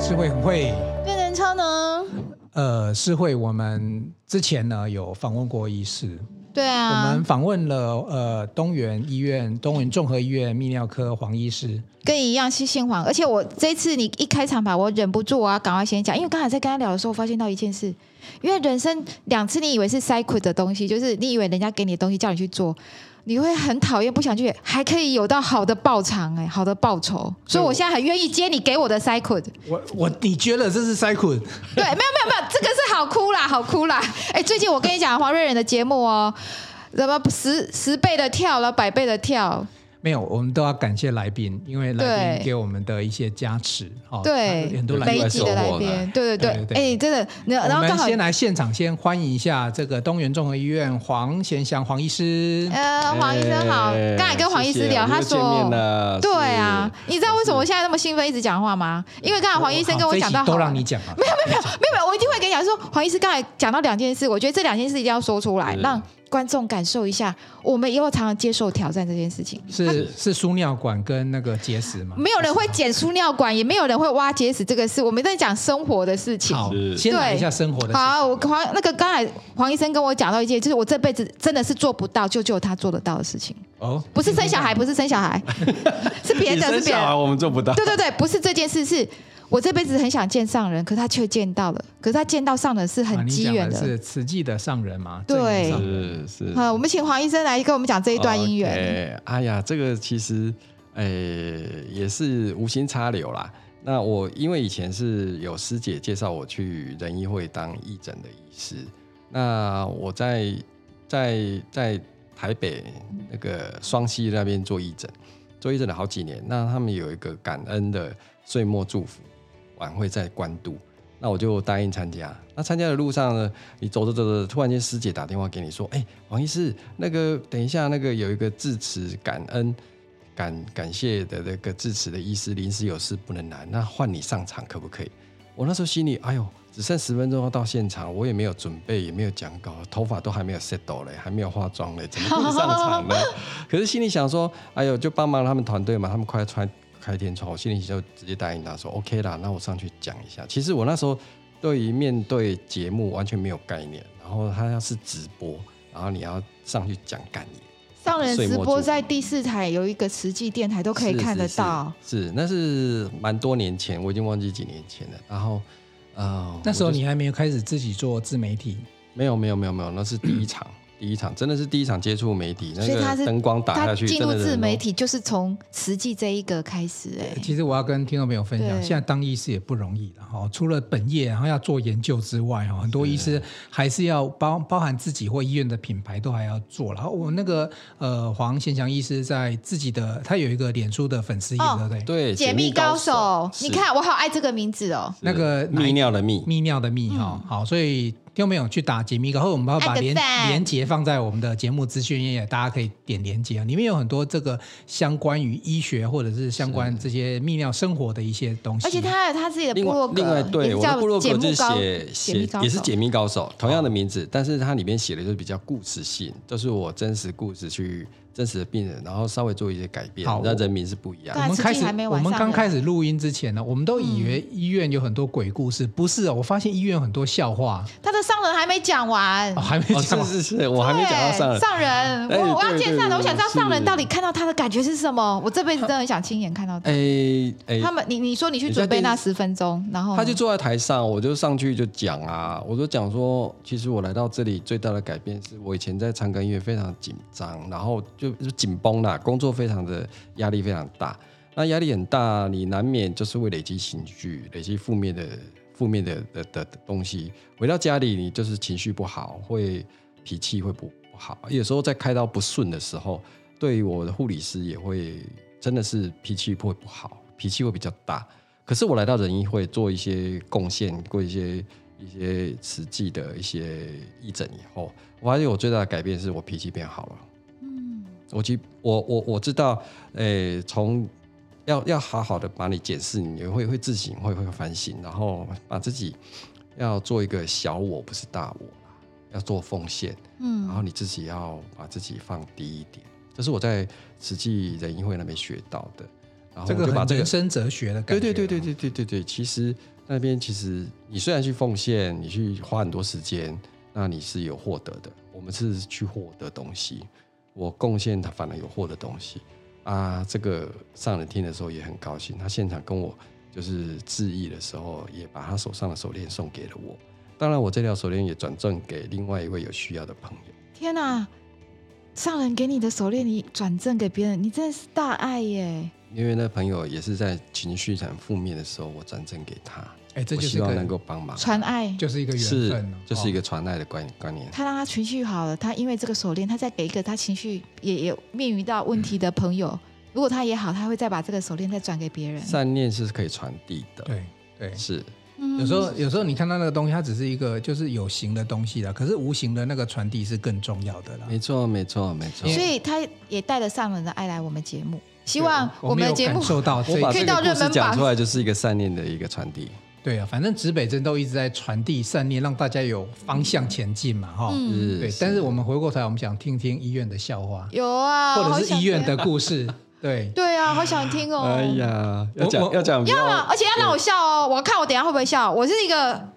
是会很会。变成超能，呃，是会我们之前呢有访问过医师，对我啊们，访问了呃东原医院、东原综合医院泌尿科黄医师，跟你一样是姓黄。而且我这次你一开场吧，我忍不住我要赶快先讲，因为刚才在跟他聊的时候，我发现到一件事，因为人生两次你以为是 cycle 的东西，就是你以为人家给你的东西叫你去做。你会很讨厌，不想去，还可以有到好的报偿哎、好的报酬，所以我现在很愿意接你给我的 cycle。我我你觉得这是 cycle？对，没有没有没有，这个是好哭啦，好哭啦！哎，最近我跟你讲黄瑞仁的节目哦，怎么十十倍的跳了，百倍的跳，没有，我们都要感谢来宾，因为来宾对给我们的一些加持，哦，对很多来每宾一。集的来收获宾呢，对对对对，对哎，真的，然哦然我后们刚好先来现场，先欢迎一下这个东原综合医院黄贤祥黄医师。呃，黄医生好，哎刚才跟黄医师聊，他说。对啊，，你知道为什么我现在那么兴奋，一直讲话吗？因为刚才黄医生跟我好讲到这一集都好玩让你讲啊， 没有没有，我一定会跟你讲说，黄医师刚才讲到两件事，我觉得这两件事一定要说出来，是让观众感受一下，我们也有常常接受挑战这件事情。是是输尿管跟那个结石吗？没有人会剪输尿管，也没有人会挖结石这个事。我们在讲生活的事情。好，是先来一下生活的事情。好，啊我黄那个刚才黄医生跟我讲到一件，就是我这辈子真的是做不到，就只有他做得到的事情，哦，不是生小孩，不是生小孩， 是别你的，是生别小孩的。我们做不到，对对对，不是这件事，是我这辈子很想见上人，可他却见到了，可是他见到上人是啊很你机讲缘的的。是慈济的上人嘛？对正言上人是是好，我们请黄医生来跟我们讲这一段姻缘。 OK，哎呀，这个其实，呃，也是无心插柳啦。那我因为以前是有师姐介绍我去仁医会当义诊的医师，那我在在在台北那个双溪那边做义诊，做义诊了好几年。那他们有一个感恩的岁末祝福晚会在关渡，那我就答应参加。那参加的路上呢，你走着走着，突然间师姐打电话给你说：“哎、王医师，那个等一下，那个有一个致辞感恩感感谢的那个致辞的医师临时有事不能来，那换你上场可不可以？”我那时候心里，哎呦，只剩十分钟要到现场，我也没有准备，也没有讲稿，头发都还没有 set 到嘞，还没有化妆嘞，怎么会上场呢？ 可是心里想说，哎呦，就帮忙他们团队嘛，他们快要穿开天窗，我心里就直接答应他说 OK 啦，那我上去讲一下。其实我那时候对于面对节目完全没有概念，然后他要是直播，然后你要上去讲感言。上人岁直末播祝福在第四台有一个实际电台都可以是看得是是到。是，那是蛮多年前，我已经忘记几年前了。然后，呃，那时候我就你还没有开始自己做自媒体，没有没有没有没有，那是第一场，第一场真的是第一场接触媒体，那所以他是个灯光打下去，他进入真的自人媒都体就是从实际这一个开始、哎，其实我要跟听众朋友分享，对现在当医师也不容易了哈。除了本业，然后要做研究之外，哦哈，很多医师还是要包包含自己或医院的品牌都还要做。然嗯后我那个呃黄贤祥医师在自己的他有一个脸书的粉丝页，哦对不对？对解密高手，是你看我好爱这个名字哦，是那个哪一泌尿的泌，泌尿的泌哈、嗯好，所以听众朋友去打解密，然后我们会把按个连赞连接放在我们的节目资讯页，大家可以点连接，里面有很多这个相关于医学或者是相关这些泌尿生活的一些东西。而且他还有他自己的部另外落，格，另外，对也我叫的部落节格目就是高写解密写高手也是解密高手，同样的名字，但是它里面写的就是比较故事性，都是我真实故事去真实的病人，然后稍微做一些改变好，让人名是不一样我们对的。开刺始激还没，我完们上刚呢开始录音之前呢，我们都以为医院有很多鬼故事，不是哦。我发现医院有很多笑话，他的上人还没讲完哦、。还没讲哦，是完。是是，我还没讲到对上人。上人，哎我我要对见对上人，对我想知道上人是到底看到他的感觉是什么。我这辈子真的很想亲眼看到他。哎哎，他们，你你说你去你准在备电那视十分钟，然后他就坐在台上，我就上去就讲啊，我就讲说，其实我来到这里最大的改变是我以前在长庚医院非常紧张，然后就就紧绷啦，工作非常的压力非常大。那压力很大，你难免就是会累积情绪，累积负面的负面的的的的东西。回到家里，你就是情绪不好，会脾气会不不好。有时候在开刀不顺的时候，对于我的护理师也会真的是脾气会不好，脾气会比较大。可是我来到仁医会做一些贡献，做一些一些实际的一些义诊以后，我发现我最大的改变是我脾气变好了。嗯我其我我我知道，诶、从要要好好的把你检视，你会会自省，会会反省，然后把自己要做一个小我，不是大我啦，要做奉献，嗯然后你自己要把自己放低一点，这是我在实际仁医会那边学到的。然后这我个就把很这个人生哲学的感对觉，啊对对对对对对对，其实那边其实你虽然去奉献，你去花很多时间，那你是有获得的。我们是去获得东西，我贡献他反而有获得东西啊。这个上人听的时候也很高兴，他现场跟我就是致意的时候，也把他手上的手链送给了我。当然，我这条手链也转赠给另外一位有需要的朋友。天哪、上人给你的手链，你转赠给别人，你真的是大爱耶！因为那朋友也是在情绪很负面的时候，我转赠给他，哎，这我就希是一望能个够帮忙，传爱，就是一个缘是分哦了，就是一个个传爱的观观念。他让他情绪好了，他因为这个手链，他再给一个他情绪也也面临到问题的朋友，如果他也好，他会再把这个手链再转给别人。善念是可以传递的，对对。是嗯有时候，有时候你看到那个东西，它只是一个就是有形的东西啦，可是无形的那个传递是更重要的啦。没错，没错，没错。所以他也带着上人的爱来我们节目，希望 我们有的节目感受到我这把一可以这到个故热事门讲榜出来，就是一个善念的一个传递。对啊，反正指北针都一直在传递善念，让大家有方向前进嘛，哈、嗯，是对，但是我们回过头来，我们想听听医院的笑话，有啊，或好者是想医听院的故事。 对，对啊，好想听哦。哎呀，要我讲我要讲比要啊，较而且要让我笑哦，我看我等一下会不会笑，我是一个，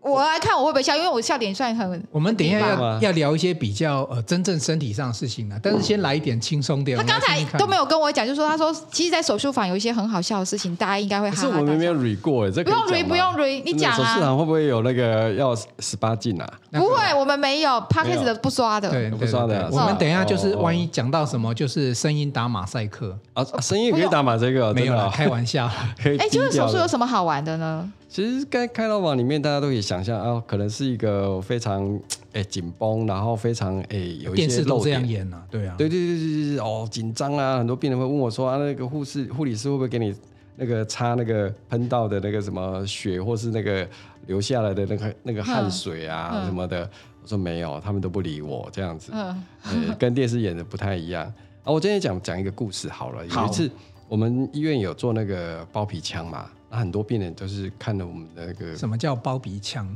我来看我会不会笑，因为我笑点算很。我们等一下明白吗要要聊一些比较呃真正身体上的事情了，但是先来一点轻松点。哦他刚才都没有，有跟我讲，就说他说，其实，在手术房有一些很好笑的事情，大家应该会可哈是哈我大们没笑。有 re 过哎，这不可以用讲 re 吗哦不用 re，你真的讲手市啊，场会不会有那个要十八禁啊？那个不会，我们没有 p o c k e t 的不刷的。对不对刷对的对啊我们等一下就是哦哦万一讲到什么，就是声音打马赛克，啊，啊生意可以打码这哦个没有了啊啦，，开玩笑。可以哎，低请问手调术的有什么好玩的呢？其实该开刀房里面，大家都可以想象啊，可能是一个非常哎紧绷，然后非常哎有一电些视都漏这样点。演啊，对啊，对对对对对对，哦，紧张啊！很多病人会问我说啊，那个护士、护理师会不会给你那个擦那个喷到的那个什么血，或是那个流下来的那个那个汗水啊、嗯嗯什么的？我说没有，他们都不理我这样子。嗯，呃，跟电视演的不太一样。啊，我今天讲讲一个故事好了。有好一次，我们医院有做那个包皮腔嘛，那很多病人都是看了我们的那个什么叫包鼻 腔？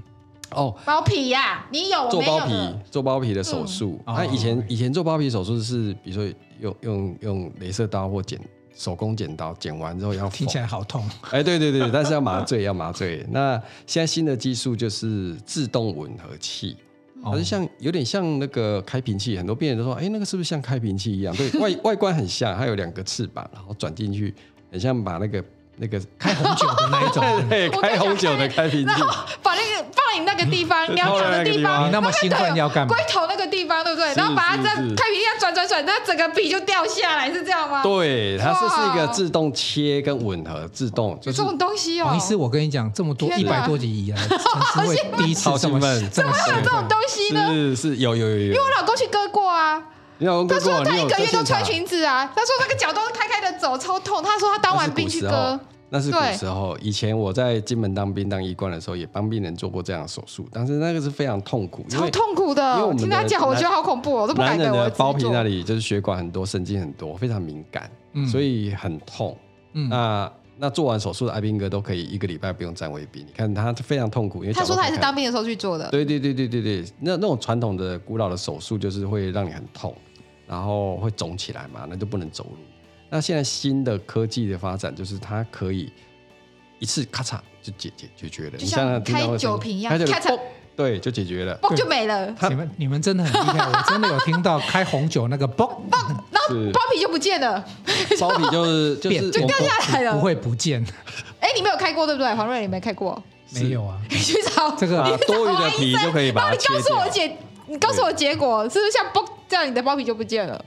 哦，包皮呀，你有我哦做没有包皮的。做包皮的手术。嗯那、哦以前以前做包皮手术是，比如说用用用镭射刀或剪手工剪刀，剪完之后要听缝起来好痛，哎，对对对，但是要麻醉，要麻醉。那现在新的技术就是自动吻合器，嗯哦它就像有点像那个开瓶器，很多病人都说，哎，那个是不是像开瓶器一样？对外外观很像，它有两个翅膀，然后转进去，很像把那个那个开红酒的那一种。 对我开红酒的开瓶器然，后把那个放你那个地嗯方，两两的地你方，那么兴奋要干嘛龟？头那个地方，对不对？是然后把它是这样是开皮一转转转，那整个皮就掉下来，是这样吗？对，它是是一个哇自动切跟吻合，自动就有是这种东西 哦，王医师，我跟你讲，这么多一天哪百多集以来，陈思 慧第一次这么好兴奋这么有兴这种奋。东西呢？是是有有有有，我老公去割过啊，你老公他跟说我他你一有个在月都现穿场裙子啊，他说那个脚都开开的走，超痛。他说他当完兵去割，那是古对时候，以前我在金门当兵当医官的时候，也帮病人做过这样的手术，但是那个是非常痛苦，因超为痛苦因为的。我们的听他讲，我觉得好恐怖哦，我都不敢男给人我的自己包皮做那里就是血管很多，神经很多，非常敏感，嗯所以很痛。嗯那那做完手术的艾宾哥都可以一个礼拜不用站卫兵，你看他非常痛苦，因为他角说落他也是不当兵的时候去做的，对对对对对对，那那种传统的古老的手术就是会让你很痛，然后会肿起来嘛，那就不能走路。那现在新的科技的发展，就是它可以一次咔嚓就解解解决了，就你像像那个听开到的声音酒瓶一样开酒瓶咔嚓嘣对，就解决了。嘣就没了，你们你们真的很厉害，我真的有听到开红酒那个嘣，然后是包皮就不见了。包皮 就是就变是我掉下来了不会不见，哎，你没有开过对不对？黄瑞，你没开过， 没有啊，你去找这个把啊多余的皮就可以把它你切告诉掉我。解，你告诉我结果是不是像嘣这样，你的包皮就不见了？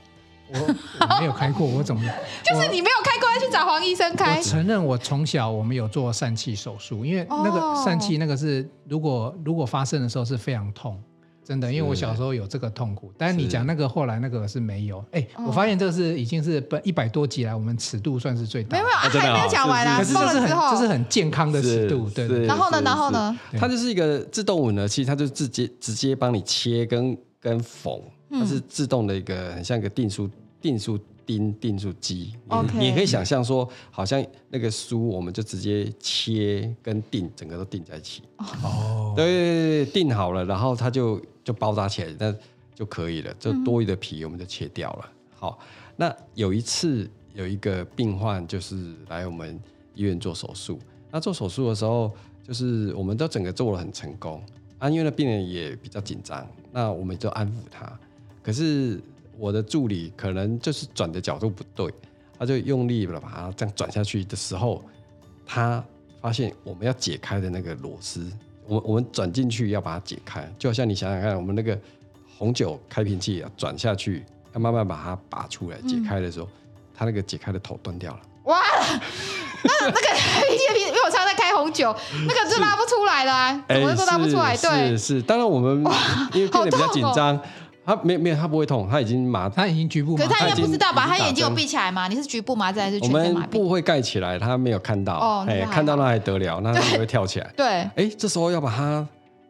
我我没有开过，我怎么？ 就是你没有开过，要去找黄医生开我。承认，我从小我们有做疝气手术，因为那个哦疝气那个是如果如果发生的时候是非常痛，真的，因为我小时候有这个痛苦。但是你是讲那个后来那个是没有，哎，哦我发现这个是已经是本一百多集来我们尺度算是最大的，没有没有，真的还没啊有讲完啊，可是疯这是了之很后这是很健康的尺度，对对是然后呢是然后呢是它就是一个自动吻合器，它就直接直接帮你切跟跟缝，嗯它是自动的一个很像一个订书订书钉订书机。你 OK 你也可以想象说，好像那个书我们就直接切跟订，整个都订在一起。哦，对对对，订好了，然后它就就包扎起来，那就可以了。这多余的皮我们就切掉了。好，那有一次有一个病患就是来我们医院做手术，那做手术的时候，就是我们都整个做了很成功啊，因为那病人也比较紧张，那我们就安抚他。可是我的助理可能就是转的角度不对，他就用力了把它这样转下去的时候，他发现我们要解开的那个螺丝，我们我们转进去要把它解开，就好像你想想看，我们那个红酒开瓶器啊转下去，要慢慢把它拔出来，解开的时候，它那个解开的头断掉了。哇， 那那个 因为我常常在开红 酒，那个就拉不出来了、啊，怎哎，么都拉不出来。是对是，是，当然我们因为变哦得比较紧张，他没没有他不会痛，他已经麻，他已经局部可麻是他痹应该不知道吧？他他已经眼睛打有针闭起来吗？你是局部麻醉还是我全身们麻痹？布会盖起来，他没有看到哦，那哎，就还看到那还得了， 那他就会跳起来。对，哎，这时候要把它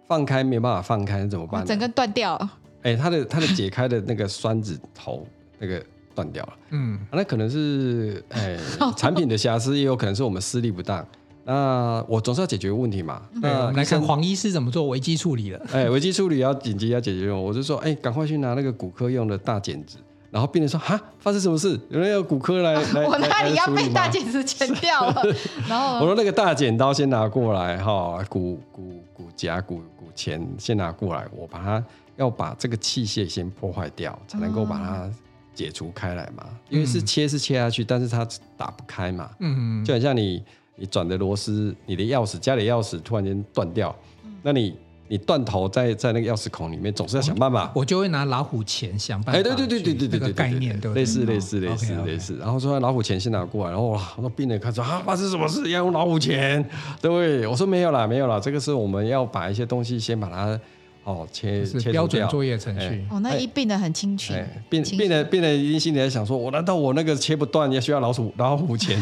放开，没办法放开怎么办呢？整个断掉了。哎，他的他的解开的那个栓子头那个断掉了。嗯，啊那可能是哎产品的瑕疵，也有可能是我们视力不当。那我总是要解决问题嘛。嗯对，我那们来看黄医师怎么做危机处理了。哎，危机处理要紧急要解决用，我就说，哎，赶快去拿那个骨科用的大剪子。然后病人说，哈，发生什么事？有人有骨科来 来，我来那里来要处理被吗大剪子剪掉了， 然后我说那个大剪刀先拿过来哈、骨骨骨夹骨骨钳先拿过来，我把它要把这个器械先破坏掉，才能够把它解除开来嘛。因为是切是切下去，但是它打不开嘛。嗯，就很像你你转的螺丝，你的钥匙家里钥匙突然间断掉，那你你断头在在那个钥匙孔里面，总是要想办法。我就会拿老虎钳想办法哎，去。对对对对对对那对，个概念对不对哦类似类似类似 OK，OK 类似。然后说老虎钳先拿过啊来，然后哇，那病人看说啊，发生什么事要用老虎钳？对，我说没有啦，没有啦，这个是我们要把一些东西先把它哦切是切除标准掉作业程序哎。哦，那一病得很清楚。哎，病清病人病人一定心里在想说，我难道我那个切不断，也需要老鼠老虎 钳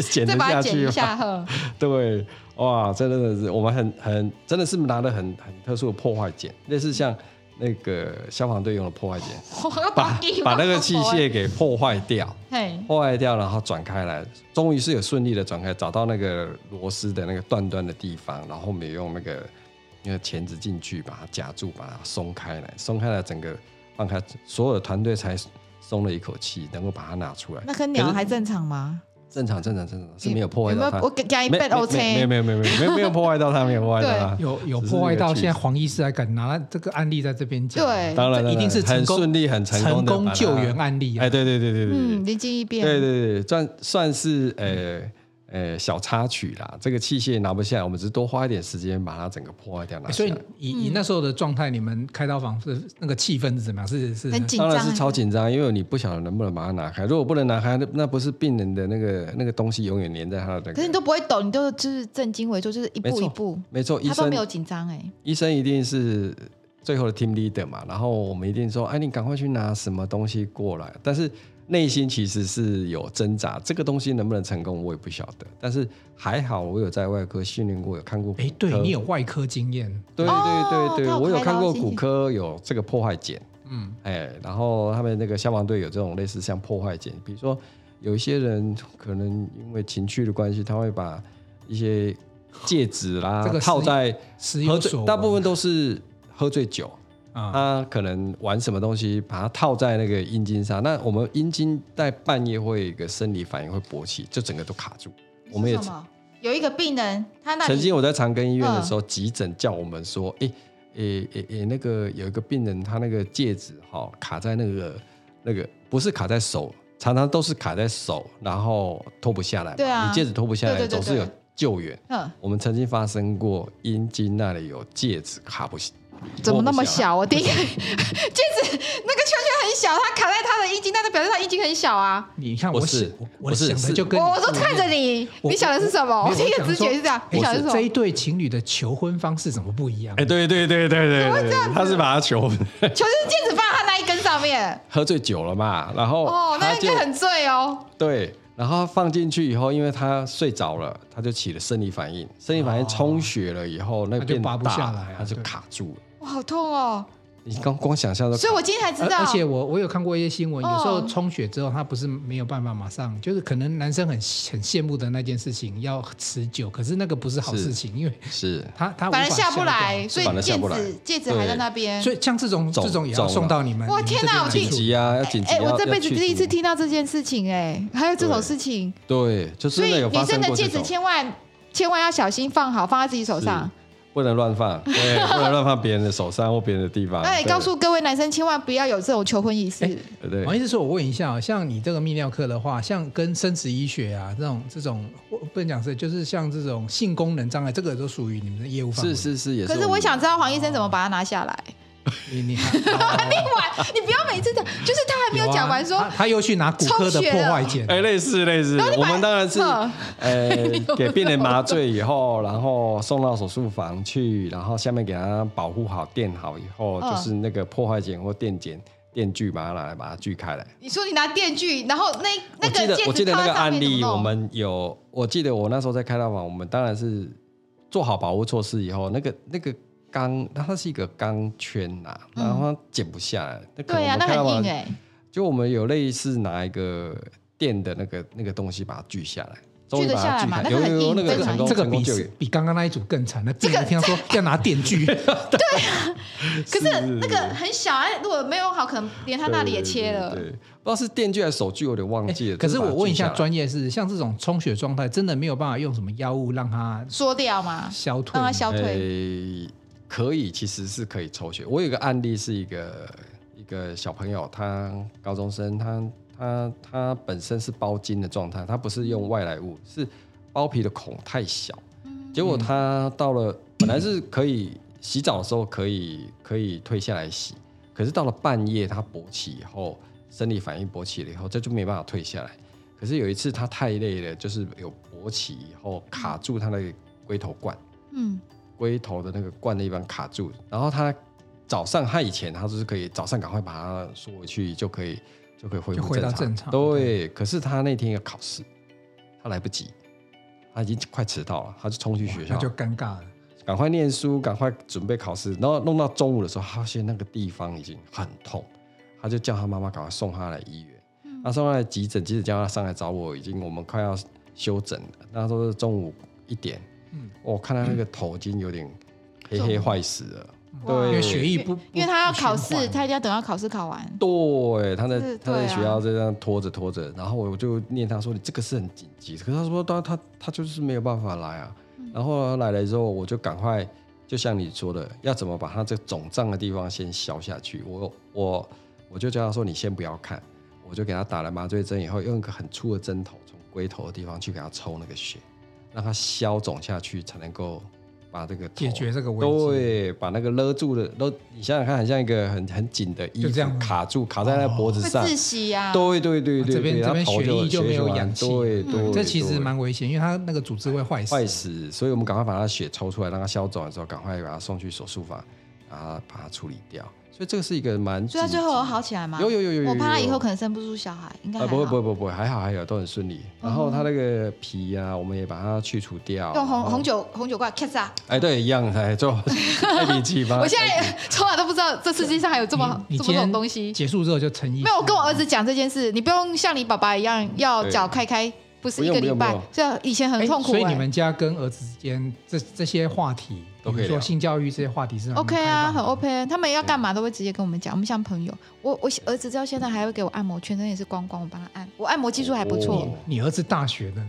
剪再得把它下剪去一吗？下呵， 对，哇，真的是我们很很真的是拿了很很特殊的破坏剪，类似像那个消防队用的破坏剪，我把把那个器，械给破坏掉，嘿，破坏掉，然后转开来，终于是有顺利的转开，找到那个螺丝的那个断端的地方，然后我们也用那个那个钳子进去把它夹住，把它松开来，松开来整个放开，所有的团队才松了一口气，能够把它拿出来。那跟鸟可是还正常吗？正常正常正常是没有破坏有没到它有？我。给加一没倍 O 没有 K，没有没有没有没有没有破坏到它，没有破坏到 它。有有只是破坏那个到去现在，黄医师还敢拿这个案例在这边讲，对当然这一定是当然成功很顺利、很成成功的功救援案例啊哎，。对对对对对对嗯，，灵机一变，对对对，算算是呃呃小插曲啦。这个器械拿不下来，我们只是多花一点时间把它整个破坏掉拿哎下所以来。以以那时候的状态，你们开刀房是那个气氛是怎么样？是是很紧当张，啊欸然是超紧张，因为你不晓得能不能把它拿开。如果不能拿开，那那不是病人的那个那个东西永远粘在他的那可是你个。都不会抖，你都就是正襟危坐，就是一没步错一步，没错，医他都没有生紧张哎，医生一定是最后的 team leader 嘛，然后我们一定说，哎，你赶快去拿什么东西过来。但是内心其实是有挣扎，这个东西能不能成功我也不晓得。但是还好我有在外科训练过，有看过骨科。哎，对你有外科经验，对哦对对对，他有我有开看刀过进骨去科有这个破坏剪，嗯，哎，然后他们那个消防队有这种类似像破坏剪，比如说有一些人可能因为情趣的关系，他会把一些戒指啦这个是套在石喝油醉所，哦大部分都是喝醉酒，啊，他可能玩什么东西把它套在那个阴茎上，那我们阴茎在半夜会有一个生理反应会勃起，就整个都卡住。我们也是什么有一个病人，他那里曾经我在长庚医院的时候，急诊叫我们说，诶诶诶诶，那个有一个病人，他那个戒指哈、卡在那个那个不是卡在手，常常都是卡在手，然后脱不下来嘛。对啊你戒指脱不下来，对对对总是有救援。嗯，我们曾经发生过阴茎那里有戒指卡不下，怎么那么摸不下来？小？我第一个 戒指那个圈圈很小，它卡在他的阴茎，那就表示他阴茎很小啊。你看不我是想我我不是想的是就跟我你我都不一看着样你，我你想的是什么？没我有第一个想直说觉是这样，你我想的是这什一么？对情侣的求婚方式怎么不一样？哎、对对对对对对他是把他求 球就是戒指放在他那一根上面。喝醉酒了嘛，然后哦，那他应就该很醉哦。对，然后放进去以后，因为他睡着了，他就起了生理反应，生理反应充血了以后，那他就变拔不大下来啊他就对卡住了。哇，好痛哦！你刚光想象都所以我今天才知而道，而且我我有看过一些新闻，哦有时候充血之后，他不是没有办法马上，就是可能男生很很羡慕的那件事情要持久，可是那个不是好事情，因为是他他无法反正下不来，掉所以反而戒下不来指戒指还在那边。所以像这种肿这种也要肿了送到你们。哇你们天这边哪来我紧处去理急啊，要紧急、哎，啊。我这辈子要去第一次除听到这件事情，哎，还有这种事情。对，就所真以的有女发生生的过戒这指种。千万千万要小心放好，放在自己手上。不能乱放，对，不能乱放别人的手上或别人的地方。那也啊对哎哎告诉各位男生，千万不要有这种求婚仪式。对对王医师说，我问一下啊，像你这个泌尿科的话，像跟生殖医学啊这种这种，或不能讲是，就是像这种性功能障碍，这个都属于你们的业务范围。是，是是，也是。可是我想知道黄医生怎么把它拿下来。你 你还哦啊哇，你不要每次讲，就是他还没有讲完说，啊他他又去拿骨科的破坏检，哎，类似类似，我们当然是嗯呃给病人麻醉以后，然后送到手术房去，然后下面给他保护好、垫好以后，嗯就是那个破坏剪或电剪、电锯，把它拿来把它锯开来。你说你拿电锯，然后那我那记个得戒我记指得套那在个上案面怎么例，我弄？们有，我记得我那时候在开刀房，我们当然是做好保护措施以后，那个那个钢，它是一个钢圈呐、嗯然后它剪不下来。那可能对呀、我们那开刀很房硬哎、就我们有类似拿一个电的那个那个东西把它锯下来，终于锯得把它下来锯嘛开，那有个很有有硬那这个个成很功这个成功比就有。比刚刚那一组更惨，那病人听到说要拿电 锯，可是那个很小，哎，如果没有好，可能连他那里也切了。对，对对对不知道是电锯还是手锯，有点忘记了。哎可是就把它我问一锯下下来，专业是，像这种充血状态，真的没有办法用什么药物让它缩掉嘛，消退让吗它？消退。诶可以，其实是可以抽血。我有一个案例是一个一个小朋友，他高中生，他他他本身是包茎的状态，他不是用外来物，是包皮的孔太小，嗯结果他到了本来是可以洗澡的时候可以可以退下来洗，可是到了半夜他勃起以后，生理反应勃起了以后，这就没办法退下来。可是有一次他太累了，就是有勃起以后卡住他的龟头冠。嗯，龟头的那个冠的地方卡住，然后他早上他以前他就是可以早上赶快把它缩回去，就可以就可以恢就复回到正正常对，可是他那天要考试，他来不及，他已经快迟到了，他就冲去学校那，就尴尬了。赶快念书，赶快准备考试。然后弄到中午的时候，他发现那个地方已经很痛，他就叫他妈妈赶快送他来医院。他送他来急诊，急诊叫他上来找我，已经我们快要休诊了。那时候是中午一点，哦嗯我看他那个头巾有点黑黑坏死了。哇因为对血液不，因为他要不考循试，环他一定要等到考试考完。对，他在是他在对啊学校这样拖着拖着，然后我就念他说你这个是很紧急，可是他说他他他就是没有办法来啊。嗯然后他来了之后，我就赶快，就像你说的，要怎么把他这肿胀的地方先消下去？我我我就叫他说你先不要看，我就给他打了麻醉针以后，用一个很粗的针头从龟头的地方去给他抽那个血，让他消肿下去，才能够把这个头解决这个危机。对，把那个勒住的勒，你想想看，很像一个很很紧的衣就这样服卡住，卡在那脖子哦会上。窒息呀、啊，对对对对对，这边然后这边头血就液就没有血循环氧气对嗯对，对这其实对蛮危险，因为他那个组织会坏死。坏死，所以我们赶快把他血抽出来，让他消肿的时候，赶快把他送去手术房，然后把它处理掉。所以这个是一个蛮紧所以急的，他最后有好起来吗？有有有有有我怕他有以后可能生不出小孩，应该还啊，好、不会不会不会不会，还好还好，都很顺利。然后他那个皮啊，我们也把它去除哦掉，用红然后红，酒红酒罐 kiss 啊！哎，对，一样，哎， 就艾比奇吧。我现在 从来都不知道这世界上还有这么好呃你你这么今种天东西。结束之后就成医师。没有，我跟我儿子讲这件事，你不用像你爸爸一样要嗯对脚开开，不是一个不礼用不用拜不用，这以前很哎痛苦、所欸。以你们家跟儿子之间这这些话题，都可比以如说聊性教育这些话题是很嗯 OK 开啊，放的很 OK，他们要干嘛都会直接跟我们讲，我们像朋友。我我儿子到现在还会给我按摩，全身也是光光，我帮他按，我按摩技术还不错。哦你儿子大学的，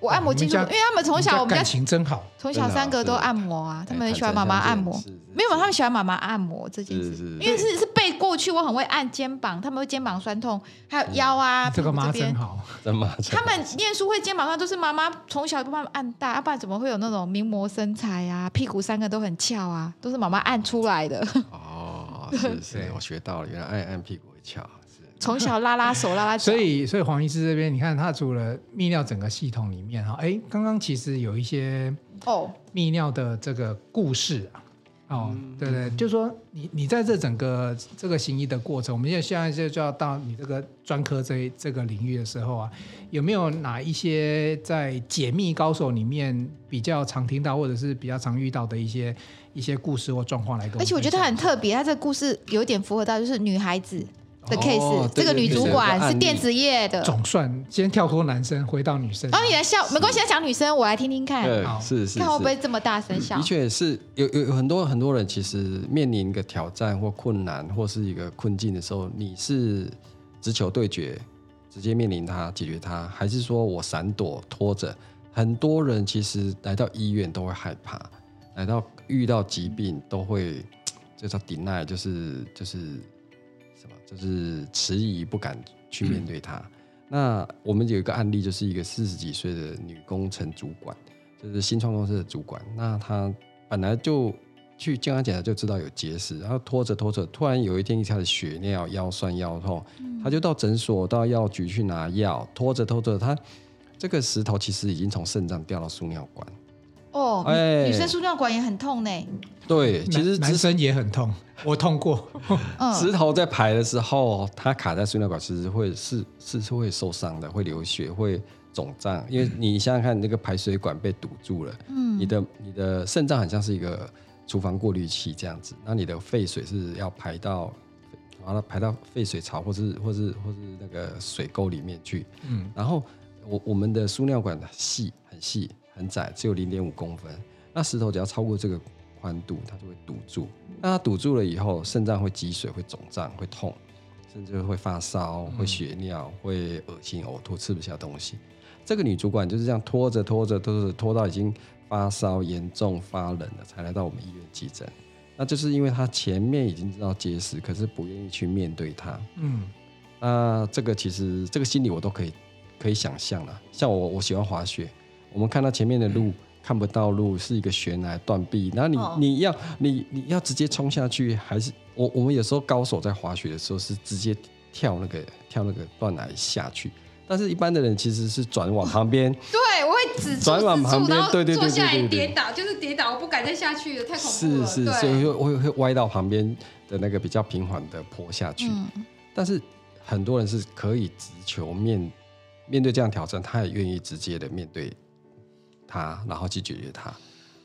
我按摩技术，哦你因们家为他们从你小我们感家情真好。从小三个都按摩啊，他们哎很喜欢妈妈按摩，没有，他们喜欢妈妈按摩这件是事。是因为是是背过去，我很会按肩膀，他们会肩膀酸痛，还有腰啊，嗯你这个屁股妈边真好，真吗？他们念书会肩膀上都是妈妈从小就帮他们按大，要、不然怎么会有那种名模身材啊？屁股三个都很翘啊，都是妈妈按出来的。 哦，是对是，我学到了，原来按按屁股会翘，是从小拉拉手，拉拉脚。所以所以黄医师这边，你看他除了泌尿整个系统里面哈，哎，刚刚其实有一些哦，泌尿的这个故事啊。哦，嗯对对，就是说你你在这整个这个行医的过程，我们现在现在就就要到你这个专科这一这个领域的时候啊，有没有哪一些在解密高手里面比较常听到，或者是比较常遇到的一些一些故事或状况来跟我们而分且享？我觉得它很特别，它这个故事有一点符合到就是女孩子的 case，、哦这对个女主对对对有个管案是例电子业的。哦总算先跳脱男生，回到女生。然后你来笑，没关系，要讲女生，我来听听看，对好，是是看会不会是。这么大声笑的。确是有有有很多很多人其实面临一个挑战或困难或是一个困境的时候，你是直球对决，直接面临它解决它，还是说我闪躲拖着，它很多人其实来到医院都会害怕，来到遇到疾病都会，这叫 deny，就是就是什么，就是迟疑，不敢去面对它。那我们有一个案例，就是一个四十几岁的女工程主管，就是新创公司的主管。那她本来就去健康检查就知道有结石，然后拖着拖着，突然有一天一下子血尿、腰酸、腰痛，她就到诊所、到药局去拿药，拖着拖着，她这个石头其实已经从肾脏掉到输尿管。哦，女哎女生输尿管也很痛呢。对，其实男男石生也很 痛，我痛过。嗯石头在排的时候，它卡在输尿管，其实会是是是会受伤的，会流血，会肿胀。因为你想想看，那个排水管被堵住了，你的你的肾脏很像是一个厨房过滤器这样子，那你的废水是要排到。完了，排到废水槽或是或是或是那个水沟里面去。嗯，然后我我们的输尿管细很细很窄，只有零点五公分。那石头只要超过这个宽度，它就会堵住。那它堵住了以后，肾脏会积水、会肿胀、会痛，甚至会发烧、会血尿、会恶心、呕吐、吃不下东西。这个女主管就是这样拖着拖着拖着拖到已经发烧、严重发冷了，才来到我们医院急诊。那就是因为她前面已经知道结石，可是不愿意去面对它。嗯，那这个其实这个心理我都可以可以想象了。像我我喜欢滑雪，我们看到前面的路、看不到路，是一个悬崖断壁，然后你、哦你要你你要直接冲下去，还是我我们有时候高手在滑雪的时候是直接跳那个跳那个断崖下去，但是一般的人其实是转往旁边。对，我会止住，转往止住旁边然后对对对坐下来对对对跌倒，就是跌倒，我不敢再下去了，太恐怖是了。是，对所以会会会歪到旁边的那个比较平缓的坡下去。嗯但是很多人是可以直球面面对这样挑战，他也愿意直接的面对他，然后去解决他。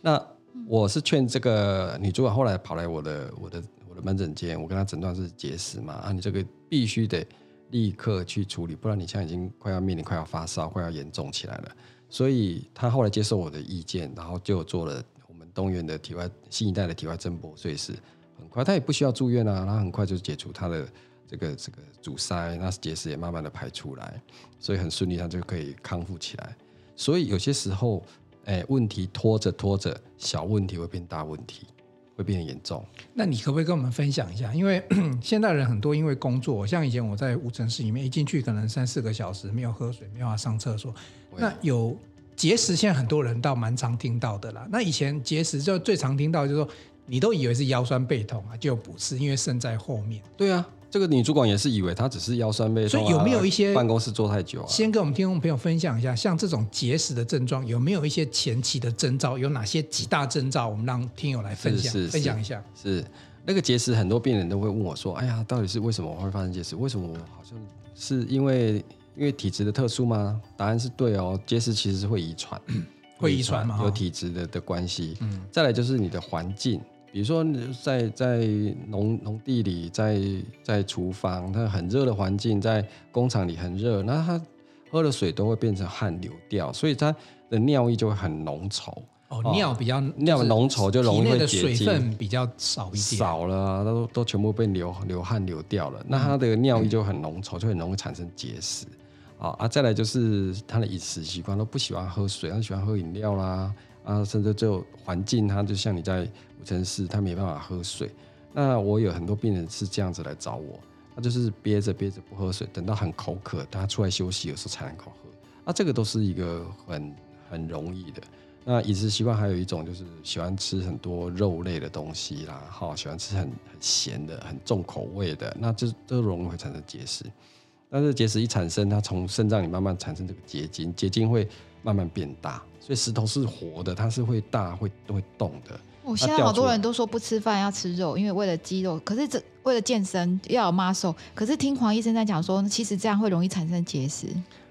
那我是劝这个女主管后来跑来我的我的我的门诊间，我跟她诊断是结石嘛，啊，你这个必须得立刻去处理，不然你现在已经快要面临快要发烧，快要严重起来了。所以她后来接受我的意见，然后就做了我们东院的体外新一代的体外震波碎石，很快她也不需要住院啊，她很快就解除她的这个这个阻塞，那结石也慢慢的排出来，所以很顺利，她就可以康复起来。所以有些时候，哎、问题拖着拖着，小问题会变大问题，会变得严重。那你可不可以跟我们分享一下？因为 现代人很多因为工作，像以前我在无尘室里面一进去可能三四个小时没有喝水，没有办法上厕所。会那有结石，现在很多人倒蛮常听到的啦。那以前结石就最常听到就是说，你都以为是腰酸背痛啊，就不是，因为肾在后面。对啊，这个女主管也是以为她只是腰酸背痛、啊，所以有没有一些办公室坐太久啊？先跟我们听众朋友分享一下，像这种结石的症状，有没有一些前期的征兆？有哪些几大征兆？我们让听友来分享是是是分享一下。是那个结石，很多病人都会问我说：“哎呀，到底是为什么会发生结石？为什么我好像是因为因为体质的特殊吗？”答案是对哦，结石其实是会遗传，嗯会遗传嘛有哦体质的的关系。嗯，再来就是你的环境，比如说你在在农农地里，在在厨房，它很热的环境，在工厂里很热，那它喝了水都会变成汗流掉，所以它的尿液就会很浓稠。哦哦，尿比较尿浓稠就容体易内会的结水晶分比较少一点。少了、啊，都都全部被流流汗流掉了，那它的尿液就很嗯浓稠，就很容易产生结石。啊啊，再来就是他的饮食习惯都不喜欢喝水，他喜欢喝饮料啦，啊，甚至就环境，他就像你在五城市，他没办法喝水。那我有很多病人是这样子来找我，他就是憋着憋着不喝水，等到很口渴，他出来休息，有时候才能够喝。啊，这个都是一个很很容易的。那饮食习惯还有一种就是喜欢吃很多肉类的东西啦，哈，喜欢吃很很咸的、很重口味的，那这这容易会产生结石。但是结石一产生，它从肾脏里慢慢产生这个结晶，结晶会慢慢变大，所以石头是活的，它是会大会会动的。我、它现在啊掉好出多来人都说不吃饭要吃肉，因为为了肌肉。可是这为了健身要有 muscle。可是听黄医生在讲说，其实这样会容易产生结石，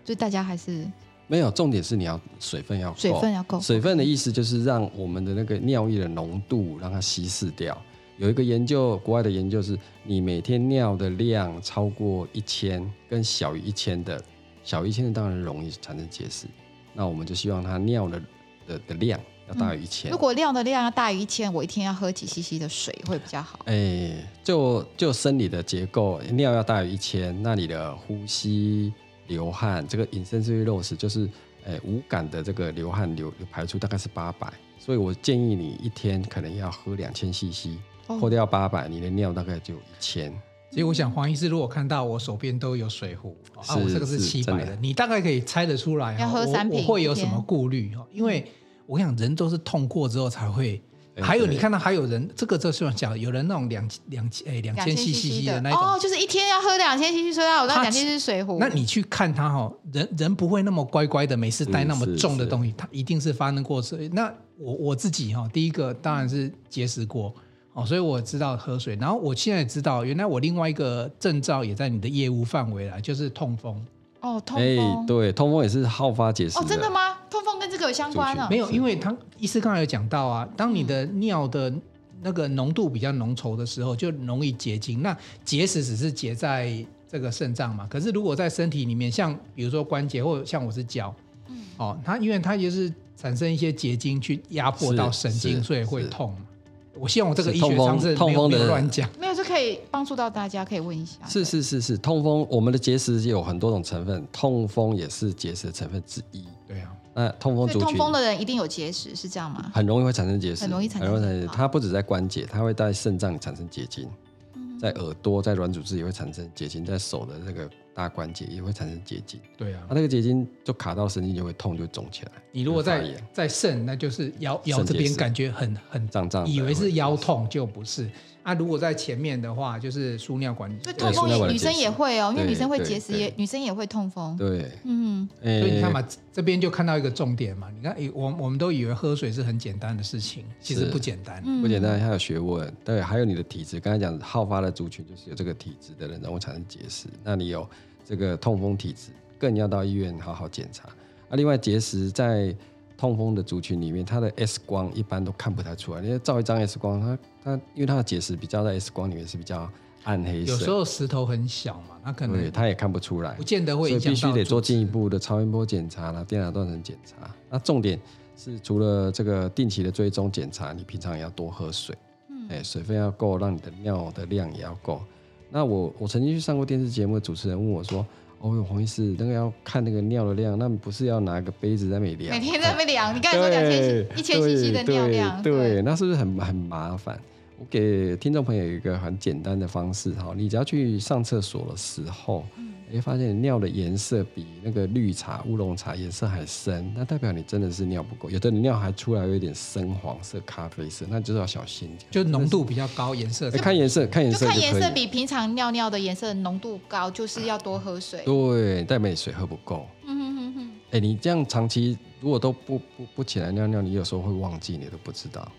就大家还是没有，重点是你要水分要够，水分要够水分的意思就是让我们的那个尿液的浓度让它稀释掉。有一个研究，国外的研究是，你每天尿的量超过一千，跟小于一千的，小于一千的当然容易产生结石。那我们就希望它尿的的的量要大于一千、如果量的量要大于一千，我一天要喝几 CC 的水会比较好。哎、就就生理的结构，尿要大于一千，那你的呼吸、流汗，这个隐身自律肉食就是诶无感的这个流汗流排出大概是八百，所以我建议你一天可能要喝两千 CC，哦扣掉八百，你的尿大概就一千。所以我想，黄医师如果看到我手边都有水壶啊，是我这个是是七真百的的，你大概可以猜得出来要哦喝三我我瓶会一有什么天顾虑哦？因为我想人都是痛过之后才会。哎还有对你看到还有人，这个就是讲有人那种两两诶两千 CC 的那种，哦，就是一天要喝两千 cc 水啊到我那它两千 cc 水壶。那你去看他哦，人人不会那么乖乖的，每次带那么重的东西，他一定是发生过事。那我我自己哈、哦，第一个当然是结石过哦，所以我知道喝水。然后我现在也知道，原来我另外一个证照也在你的业务范围啦，就是痛风。哦，痛哎、风对，痛风也是好发结石哦，真的吗？痛风跟这个有相关族啊？群没有，因为他医师刚才有讲到啊，当你嗯的尿的那个浓度比较浓稠的时候，就容易结晶。那结石只是结在这个肾脏嘛，可是如果在身体里面，像比如说关节或者像我是脚，嗯哦，它因为它就是产生一些结晶去压迫是到神经，是所以会是痛嘛。我希望我这个是医痛学风常识没痛有风没的有乱讲。没有就可以帮助到大家，可以问一下。是是是是，痛风我们的结石有很多种成分，痛风也是结石的成分之一。对啊，那痛风对，所族以群痛风的人一定有结石，是这样吗？很容易会产生结石，啊很容易产生啊结好它不止在关节，它会在肾脏产生结晶，嗯在耳朵、在软组织也会产生结晶，在手的这个大关节也会产生结晶。对啊它、。那个结晶就卡到神经就会痛，就肿起来。你如果就会在发炎在肾，那就是腰腰肾这结边石感觉很很胀胀的以为会是腰痛就不是。啊，如果在前面的话，就是输尿管。所以痛对风塑料也管女生结石也会哦，因为对女生会对结石，对也女生也会痛风。对，嗯，诶所以你看嘛，这这边就看到一个重点嘛。你看，诶我我们都以为喝水是很简单的事情，其实是不简单。嗯不简单，还有学问，对，还有你的体质。刚才讲好发的族群就是有这个体质的人，然后产生结石。那你有这个痛风体质，更要到医院好好检查。啊，另外结石在痛风的族群里面，它的 X 光一般都看不太出来，因为照一张 X 光，它它因为它的结石比较在 X 光里面是比较暗黑色，有时候石头很小嘛，那可对能它也看不出来不，见得所会以影响必到。须得做进一。步的超音波检查啦、电脑断层检查。那重点是除了这个定期的追踪检查，你平常也要多喝水，嗯哎、水分要够，让你的尿的量也要够。那我我曾经去上过电视节目，主持人问我说：“哦，黄医师，那个要看那个尿的量，那不是要拿个杯子在那里量？每天在那边量，你刚才说两对千一千 cc 的尿量，对对，那是不是很很麻烦？我给听众朋友一个很简单的方式哈，你只要去上厕所的时候，嗯你会发现尿的颜色比那个绿茶、乌龙茶颜色还深，那代表你真的是尿不够。有的人尿还出来有一点深黄色、咖啡色，那就是要小心。就浓度比较高，颜色哎看颜色，看颜就色看可颜色以。比平常尿尿的颜色浓度高，就是要多喝水。对，代表你水喝不够。嗯哼哼哼，哎、你这样长期如果都不不不起来尿尿，你有时候会忘记，你都不知道。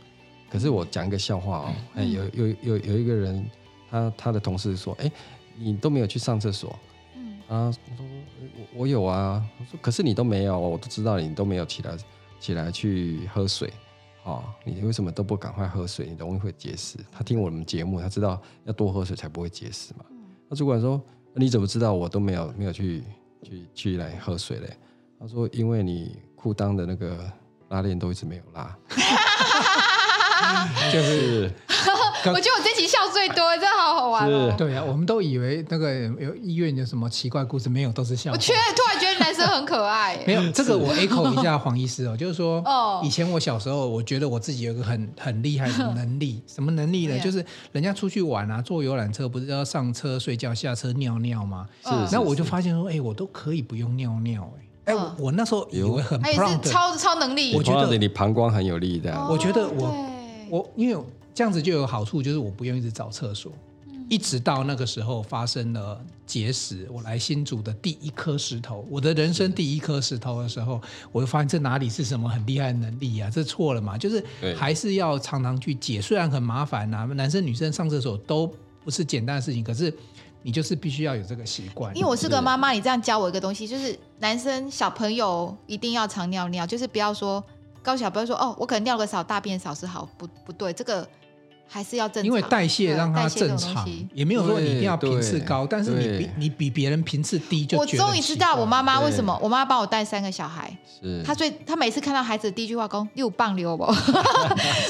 可是我讲一个笑话哦，哎、有有有有一个人，他他的同事说，哎、你都没有去上厕所，嗯啊，我说我我有啊，我说可是你都没有，我都知道你都没有起来起来去喝水，哦，你为什么都不赶快喝水？你容易会结石。他听我们节目，他知道要多喝水才不会结石嘛。那主管说你怎么知道我都没有没有去去去来喝水嘞？他说因为你裤裆的那个拉链都一直没有 拉，就是我觉得我这集笑最多，真的好好玩哦是。对啊，我们都以为那个有医院有什么奇怪故事，没有，都是笑我话。觉得突然觉得男生很可爱。 没有这个，我 echo 一下黄医师哦，就是说，哦以前我小时候，我觉得我自己有一个很很厉害 的能力，什么能力呢？对啊就是人家出去玩啊，坐游览车不是要上车睡觉、下车尿尿吗？是嗯，然后我就发现说，哎，我都可以不用尿尿，哎，哎，我嗯我那时候以为很还哎有是 proud，超超能力哦我，觉同样得的你膀胱很有力的，我觉得我我我因为这样子就有好处，就是我不用一直找厕所。嗯一直到那个时候发生了结石，我来新竹的第一颗石头，我的人生第一颗石头的时候，我就发现这哪里是什么很厉害的能力啊？这错了嘛？就是对还是要常常去解，虽然很麻烦呐、男生女生上厕所都不是简单的事情，可是你就是必须要有这个习惯。因为我是个妈妈，你这样教我一个东西，就是男生小朋友一定要常尿尿，就是不要说告诉小朋友说哦，我可能尿个少，大便少是好，不不对，这个还是要正常，因为代谢对让它代谢这正种常东西，也没有说你一定要对频次高，对但是你比对你比别人频次低就我觉得终于知奇道怪我妈妈为对什么我妈帮我带三个小孩，是她最她每次看到孩子的第一句话讲“六棒溜 不”，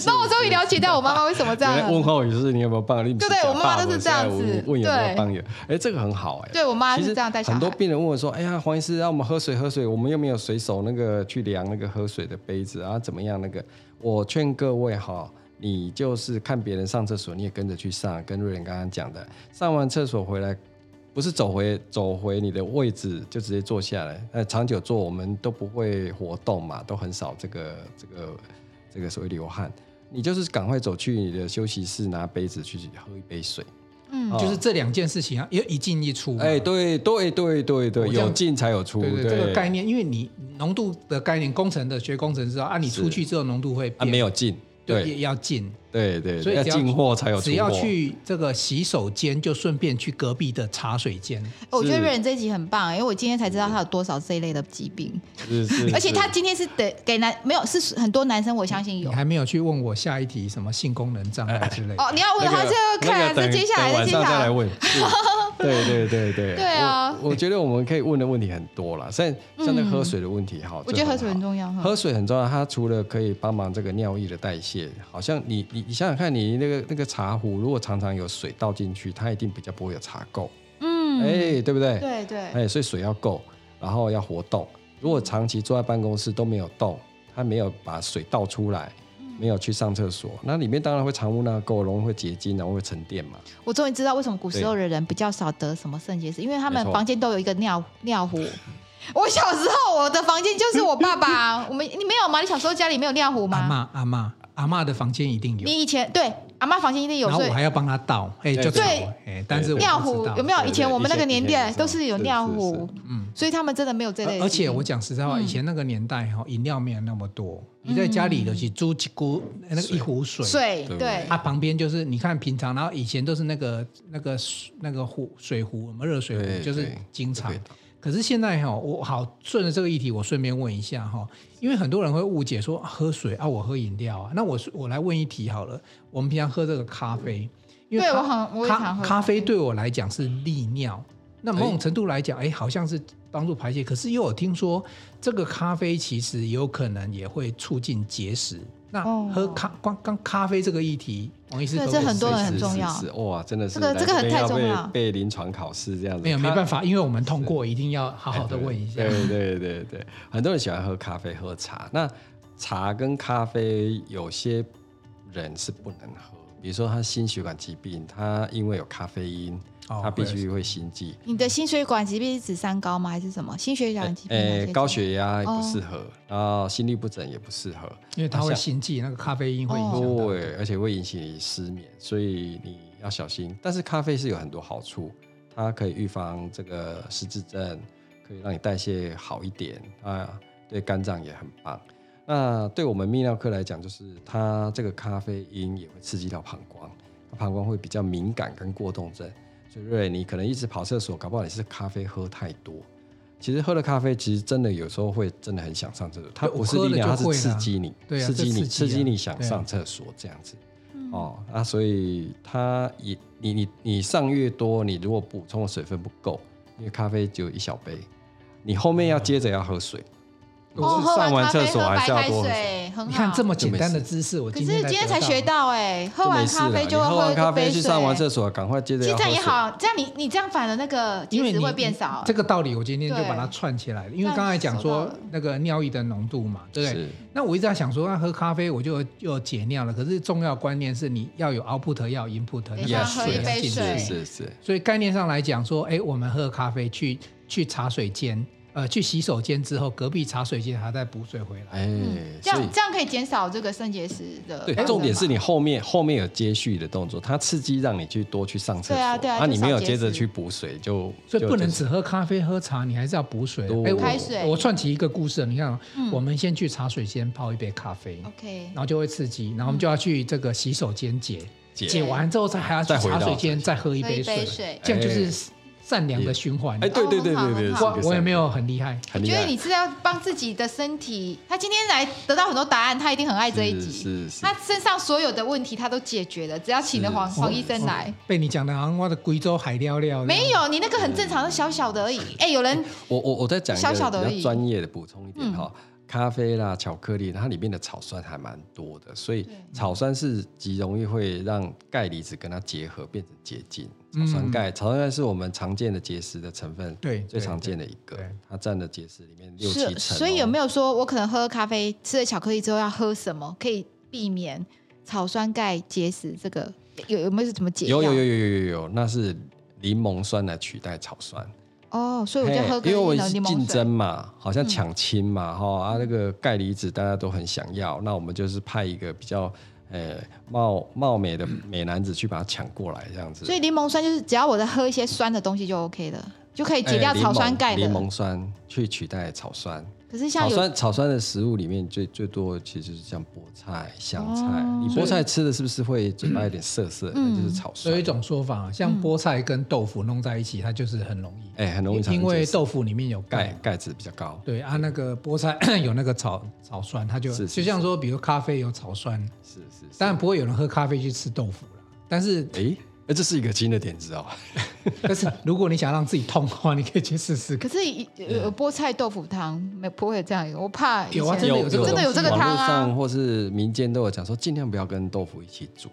那我终于了解到我妈妈为什么这样原来了。问候语是你有没有棒？对对对我妈妈都是这样子问有没对有棒友，哎，这个很好哎。对我妈其是实这样带小孩，很多病人问我说：“哎呀，黄医师，让我们喝水喝水，我们又没有随手那个去量那个喝水的杯子啊，怎么样？那个，我劝各位哈，你就是看别人上厕所，你也跟着去上。跟瑞仁刚刚讲的，上完厕所回来，不是走回走回你的位置就直接坐下来。呃，长久坐我们都不会活动嘛，都很少这个这个这个所谓流汗。你就是赶快走去你的休息室拿杯子去喝一杯水。”嗯哦就是这两件事情啊，也一进一出嘛。哎，对对对对对，我这样有进才有出，对对，对这个概念，因为你浓度的概念，工程的学工程知道啊，你出去之后浓度会啊变，没有进，对，对也要进，对对，所以要只要进货才有出货，只要去这个洗手间，就顺便去隔壁的茶水间。我觉得是瑞仁这一集很棒，欸因为我今天才知道他有多少这一类的疾病，是是，而且是他今天是得给男没有是很多男生我相信你有还没有去问我下一题什么性功能障碍之类的。哦，你要问那个他这个那看个这等接下等来晚接下上再来来， 问，是对对对对，对啊嗯我，我觉得我们可以问的问题很多啦，像像那个喝水的问题哈，我觉得喝水很要。重要哈喝。水很重要，它除了可以帮忙这个尿液的代谢，好像你你你想想看，你那个那个茶壶如果常常有水倒进去，它一定比较不会有茶垢，嗯，哎、对不对？对对，哎，所以水要够，然后要活动。嗯如果长期坐在办公室都没有动，他没有把水倒出来，嗯没有去上厕所，那里面当然会藏污纳垢，容易会结晶，然后会沉淀嘛。我终于知道为什么古时候的人比较少得什么肾结石，因为他没们错房间都有一个尿尿壶。 我小时候我的房间就是我爸爸，我们你没有吗？你小时候家里没有尿壶阿吗？妈阿妈阿妈的房间一定有，你以前对阿妈房间一定有，然后所我以还要帮她倒，哎，对就对吵哎，但是我尿不壶知道有没有？对以前我们那个年以前以代前都是有尿壶，是嗯。所以他们真的没有这类而的而疾病。且我讲实在嗯话，以前那个年代哈，饮料没有那么多，你在家里就是煮几锅那个一壶水，啊水对对它旁边就是你看平常，然后以前都是那个那个水那个壶水壶，我们热水对壶就是对经常对。可是现在哈，我好顺着这个议题，我顺便问一下哈，因为很多人会误解说、啊喝水啊，我喝饮料啊，那我我来问一题好了，我们平常喝这个咖啡，因为对咖我很我也咖常喝咖啡对我来讲是利尿，那某种程度来讲，哎、好像是帮助排泄。可是又有听说，这个咖啡其实有可能也会促进结石。那哦喝咖光刚咖啡这个议题，王医师对可不可以这很多人试一是试很重要是是哇，真的是这个来这个很边要太重被要被临床考试这样子，没有没看办法，因为我们通过，一定要好好的问一下哎。对对对对对，很多人喜欢喝咖啡、喝茶。那茶跟咖啡有些人是不能喝，比如说他心血管疾病，他因为有咖啡因，哦他必须会心悸。你的心血管疾病是指三高吗？还是什么心血管疾病哪些诶、种？哎呃高血压也哦不适合，然后心律不整也不适合，因为它会心悸，那个咖啡因会影响哦到。对，而且会引起你失眠，所以你要小心。但是咖啡是有很多好处，它可以预防这个失智症，可以让你代谢好一点啊，对肝脏也很棒。那对我们泌尿科来讲，就是它这个咖啡因也会刺激到膀胱，它膀胱会比较敏感跟过动症，所以瑞，你可能一直跑厕所，搞不好你是咖啡喝太多。其实喝了咖啡，其实真的有时候会真的很想上厕所，它对我不是喝了力量，它就是会刺啦激你，对啊刺这激刺你，激啊刺激你想对啊上厕所这样子。嗯哦，啊，所以它也你你你上越多，你如果补充的水分不够，因为咖啡只有一小杯，你后面要接着要喝水，我哦，是喝上完完咖厕啡所喝还白是要开多喝水，很好。你看这么简单的知识，我可是天今天才学。到哎、喝就完没事咖了。啡你就喝会喝完一咖个啡杯去水。上完厕所，赶快接着其实要这喝样水。也好，这样你你这样反而那个因结为石你会变少。这个道理我今天就对把它串起来了。因为这样刚才讲学说到了那个尿液的浓度嘛，对不对？是那我一直在想说，那喝咖啡我就有就有解尿了。可是重要观念是你要有 output，要有 input，等那一个下喝一水杯进去水是是是，所以概念上来讲，说，哎，我们喝咖啡去去茶水间，呃，去洗手间之后，隔壁茶水间还在补水回来。哎，嗯这所以样这样可以减少这个肾结石的。对，重点是。你后面后面有接续的动作，它刺激让你去多去上厕所，对啊对啊你就没有少接接着触去补水就，所以就不能就是只喝咖啡喝茶，你还是要补水对。哎，开水我我串起一个故事，你看哦，嗯哦我们先去茶水间泡一杯咖啡， OK，然后就会刺激，然后我们就要去这个洗手间解，解解完之后再还要去再回茶到水间再喝一喝一杯杯水，水。这样就是善良的循环。哎，对对对哦很好对对，很是好个我我有没有善很厉害？我很厉觉得害？你是要帮自己的身体。他今天来得到很多答案，他一定很爱这一嗯是集。是是他，身上所有的问题他都解决了，只要请了黄是黄医生来。被你讲的好像我的贵州海料料。没有，你那个很正常，小小的而 已。哎、有人我我我再讲一个小小的而已嗯比较专业的补充一点哈、咖啡啦、巧克力，它里面的草酸还蛮多的，所以草酸是极容易会让钙离子跟它结合变成结晶。草酸钙，草酸钙是我们常见的结石的成分，嗯对对最常见的一个对，它占了结石里面六七是，成、哦。所以有没有？有说我可能喝咖啡、吃了巧克力之后要喝什么，可以避免草酸钙结石？这个有有没有是怎么解药？有有有有有有有，那是柠檬酸来取代草酸。哦，所以我就嘿喝个因为我柠檬是柠竞檬水嗯争。嘛，好像抢亲嘛，哈、啊，那个钙离子大家都很想要，那我们就是派一个比较呃貌貌美的美男子去把它抢过来，这样子。所以柠檬酸就是只要我在喝一些酸的东西就 OK 了，就可以哎解掉柠草酸檬钙柠了。檬酸去取代草酸。可是像草有酸草酸的食物里面最最多其实就是像菠菜、香菜。哦你菠菜吃的是不是会嘴巴有点涩涩？嗯那就是草酸。有一种说法，像菠菜跟豆腐弄在一起，它就是很容易，哎、很容易产生因为结石哎豆腐里面有钙钙。钙质比较高。对啊，那个菠菜 有那个草草酸，它就是是就像说，比如咖啡有草酸，是是是。当然不会有人喝咖啡去吃豆腐了。但 是，哎、哎这是一个新的点子哦。但是如果你想让自己痛的话，你可以去试试看。可是有有嗯菠菜豆腐汤没不会有这样，我怕以有啊前真的有这个真的有这个网汤络上啊。或是民间都有讲说，尽量不要跟豆腐一起煮，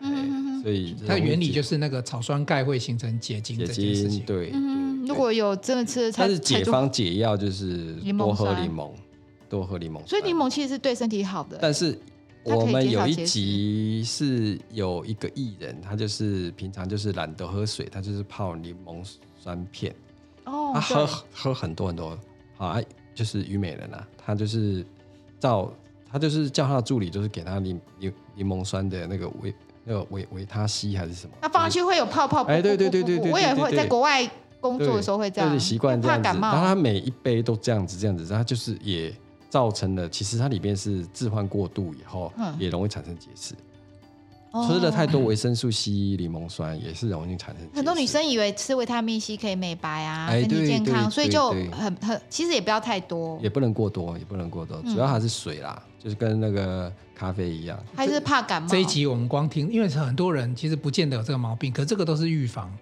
嗯嗯嗯嗯所以它的原理就是是那个草酸钙会形成结晶结这件事晶情。对。嗯，对如果有真的吃的菜，但是菜解就方解药就是柠檬多喝酸柠檬，多喝柠檬，所以柠。檬其实是对身体好的。但是它可以我们减少有结一石集是有一个艺人，他就是平常就是懒得喝水，他就是泡柠檬酸片，哦，他对喝喝很多很多啊，就是虞美人啊，他就是照他就是叫他的助理，就是给他柠柠柠檬酸的那个维那个维维他西还是什么，它放上去会有泡泡。哎对对对噗噗噗对对噗我也会对对在国外工作的时候会这样，对习惯这怕样子。感然后冒他。每一杯都这样子这样子，它就是也造成了，其实它里面是置换过度以后，嗯也容易产生结石。哦吃了太多维生素 C、柠檬酸也是容易产生结石。很多女生以为吃维他命 C 可以美白啊，哎身体对健康，对所以就对对很很其实也不要太多也，不能过多，也不能过多，嗯主要还是水啦，就是跟那个咖啡一样。还是怕感冒。这一集我们光听，因为很多人其实不见得有这个毛病，可这个都是预防，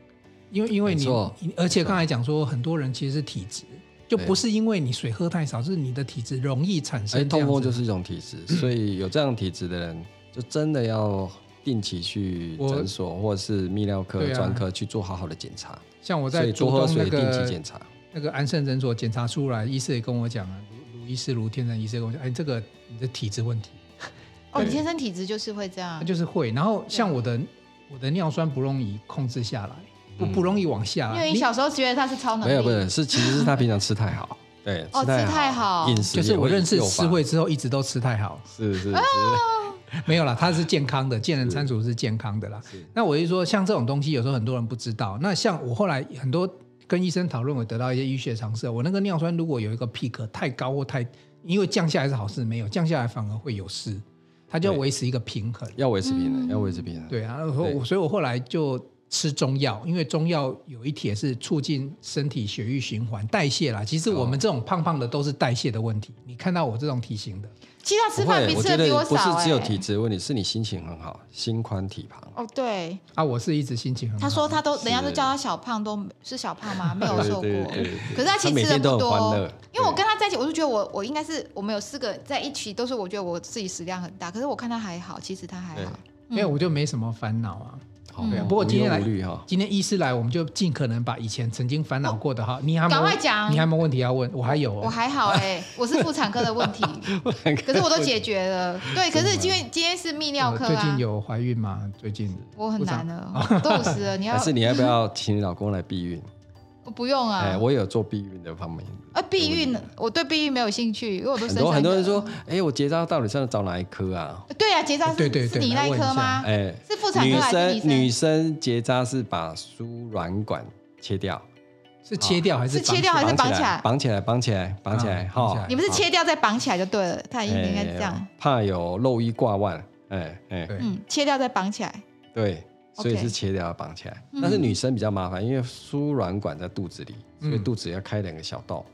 因为因为没你错，而且刚才讲说，很多人其实是体质，就不是因为你水喝太少，是你的体质容易产哎，生这痛样风就子。啊是一种体质，所以有这样体质的人， 就真的要定期去我诊所或者是泌尿科对啊专科去做好好的检查。像我所在以多竹喝东那水，定期个检查。那个安盛诊所检查出来，医师也跟我讲啊，卢卢医师、卢天成医师跟我讲，哎，这个你的体质问题，哦，你对天生体质就是会这它样，就是会。然后像我啊的我的尿酸不容易控制下来，不嗯不容易往下因来，为你你小时候觉得它是超能力，啊没有，不是，是其实是他平常吃太 好，对，哦吃太好饮食就是我认识思思慧之后一直都吃太好，是是是，啊没有啦，它是健康的，健人餐厨是健康的啦是。那我就说，像这种东西，有时候很多人不知道。那像我后来很多跟医生讨论，我得到一些医学常识，我那个尿酸如果有一个 peak 太高或太，因为降下来是好事，没有降下来反而会有事，它就要对维持一个平衡。要维持平衡，嗯要维持平衡，对啊，然后对我所以我后来就吃中药，因为中药有一帖是促进身体血液循环代谢啦。其实我哦们这种胖胖的都是代谢的问题。你看到我这种体型的，其实他不吃饭会，比我吃觉的比得不少，是只有哎体质问题，是你心情很好，心宽体胖。哦，对，啊，我是一直心情很好。他说他都，嗯是人家都叫他小胖，都是小胖吗？没有瘦过。对对对 对可是他其他实每吃的天都不很多欢乐，因为我跟他在一起，我就觉得我我应该是我们有四个在一起，都是我觉得我自己食量很大，可是我看他还好，其实他还好。没有，我就没什么烦恼啊。好对啊不过今天来嗯无忧无虑哦哈，今天医师来，我们就尽可能把以前曾经烦恼过的哈，你还有没有哦赶快讲你还有没有问题要问？我还有哦，我还好 哎、我是妇产科的问题，可是我都解决了。对，可是因为今天是泌尿呃科最近啊，嗯有怀孕吗？最近我很难不了，我都五十 了， 你要还是你要不要请你老公来避孕？不用哎，啊？我有做避孕的方面。啊，避孕，我对避孕没有兴趣，因为我都很生多三很多人个说，哎，我结扎到底是要找哪一科啊？对啊，结扎是哎对对是对你那来一问一科下吗？哎，是啊妇产女科还是生女生结扎是把输卵管切掉，是切掉还是是切掉绑还是啊绑起来绑起来，绑起来，绑起来，啊绑起哈来。你们是切掉再绑起来就对了，它应该是这样。哎怕有漏衣挂腕，哎哎，对嗯嗯，切掉再绑起来。对， OK 嗯所以是切掉绑起来。但是女生比较麻烦，因为输卵管在肚子里，所嗯以肚子要开两个小洞，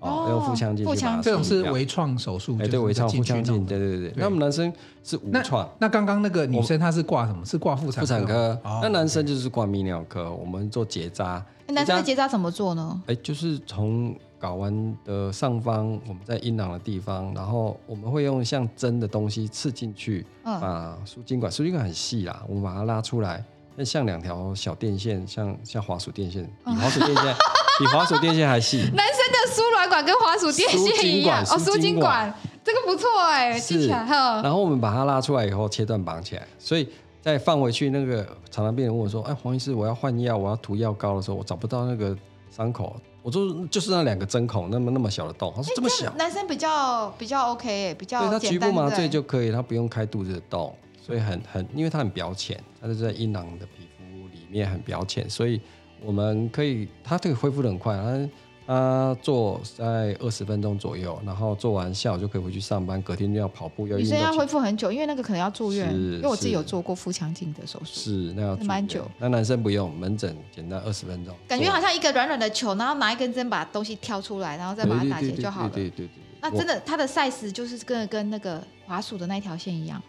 哦哦，用腹腔镜腹去把腔它这种输是掉微创手术，哎，就是对，微创进腹去腔弄镜，的对对对。对那我们男生是无那创。那刚刚那个女生她是挂什么？是挂妇产妇产科科哦，那男生就是挂泌尿科，我们做结扎。哎男生的结扎怎么做呢？哎，就是从睾丸的上方，我们在阴囊的地方，然后我们会用像针的东西刺进去，嗯把输精管，输精管很细啦，我们把它拉出来，那像两条小电线，像像滑鼠电线，比滑鼠电线比滑鼠电线还细。男生的输卵管跟滑鼠电线一样输精管哦，输输精精管管这个不错哎，记起来哈。然后我们把它拉出来以后，切断绑起来，所以再放回去。那个常常病人问我说：“哎，黄医师，我要换药，我要涂药膏的时候，我找不到那个伤口，我嗯就就是那两个针孔，那么那么小的洞，哎他说这么小，男生比较比较 OK，耶比对，较它简局单部麻对不对醉就可以，它不用开肚子的洞，所以很很，因为它很表浅，它就在阴囊的皮肤里面很表浅，所以我们可以，它这个恢复的很快，它它做在二十分钟左右，然后做完下午就可以回去上班，隔天就要跑步，要女运生要动恢起。复很久，因为那个可能要住院，是因为我自己是有做过腹腔镜的手术，是，那要住蛮院久。那男生不用门诊，简单二十分钟，感觉好像一个软软的球，然后拿一根针把东西挑出来，然后再对把它对打对结对就好了。对对对对。那真的，它的 size 就是跟跟那个滑鼠的那条线一样。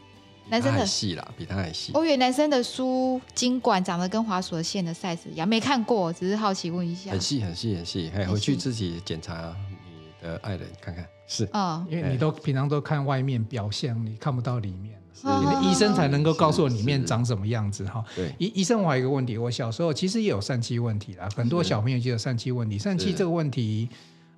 男生的很细啦，比他还细。我以为男生的输精管长得跟滑鼠的线的 size 一样，没看过，只是好奇问一下很。细很细很细，哎，很回去细自己检查你的爱人看看，是嗯，因哎为你都平常都看外面表象，你看不到里面，嗯你的医生才能够告诉我里面是长什么样子哈。对医医生，我还有一个问题，我小时候其实也有疝气问题啦，很多是小朋友就有疝气问题，疝气是这个问题。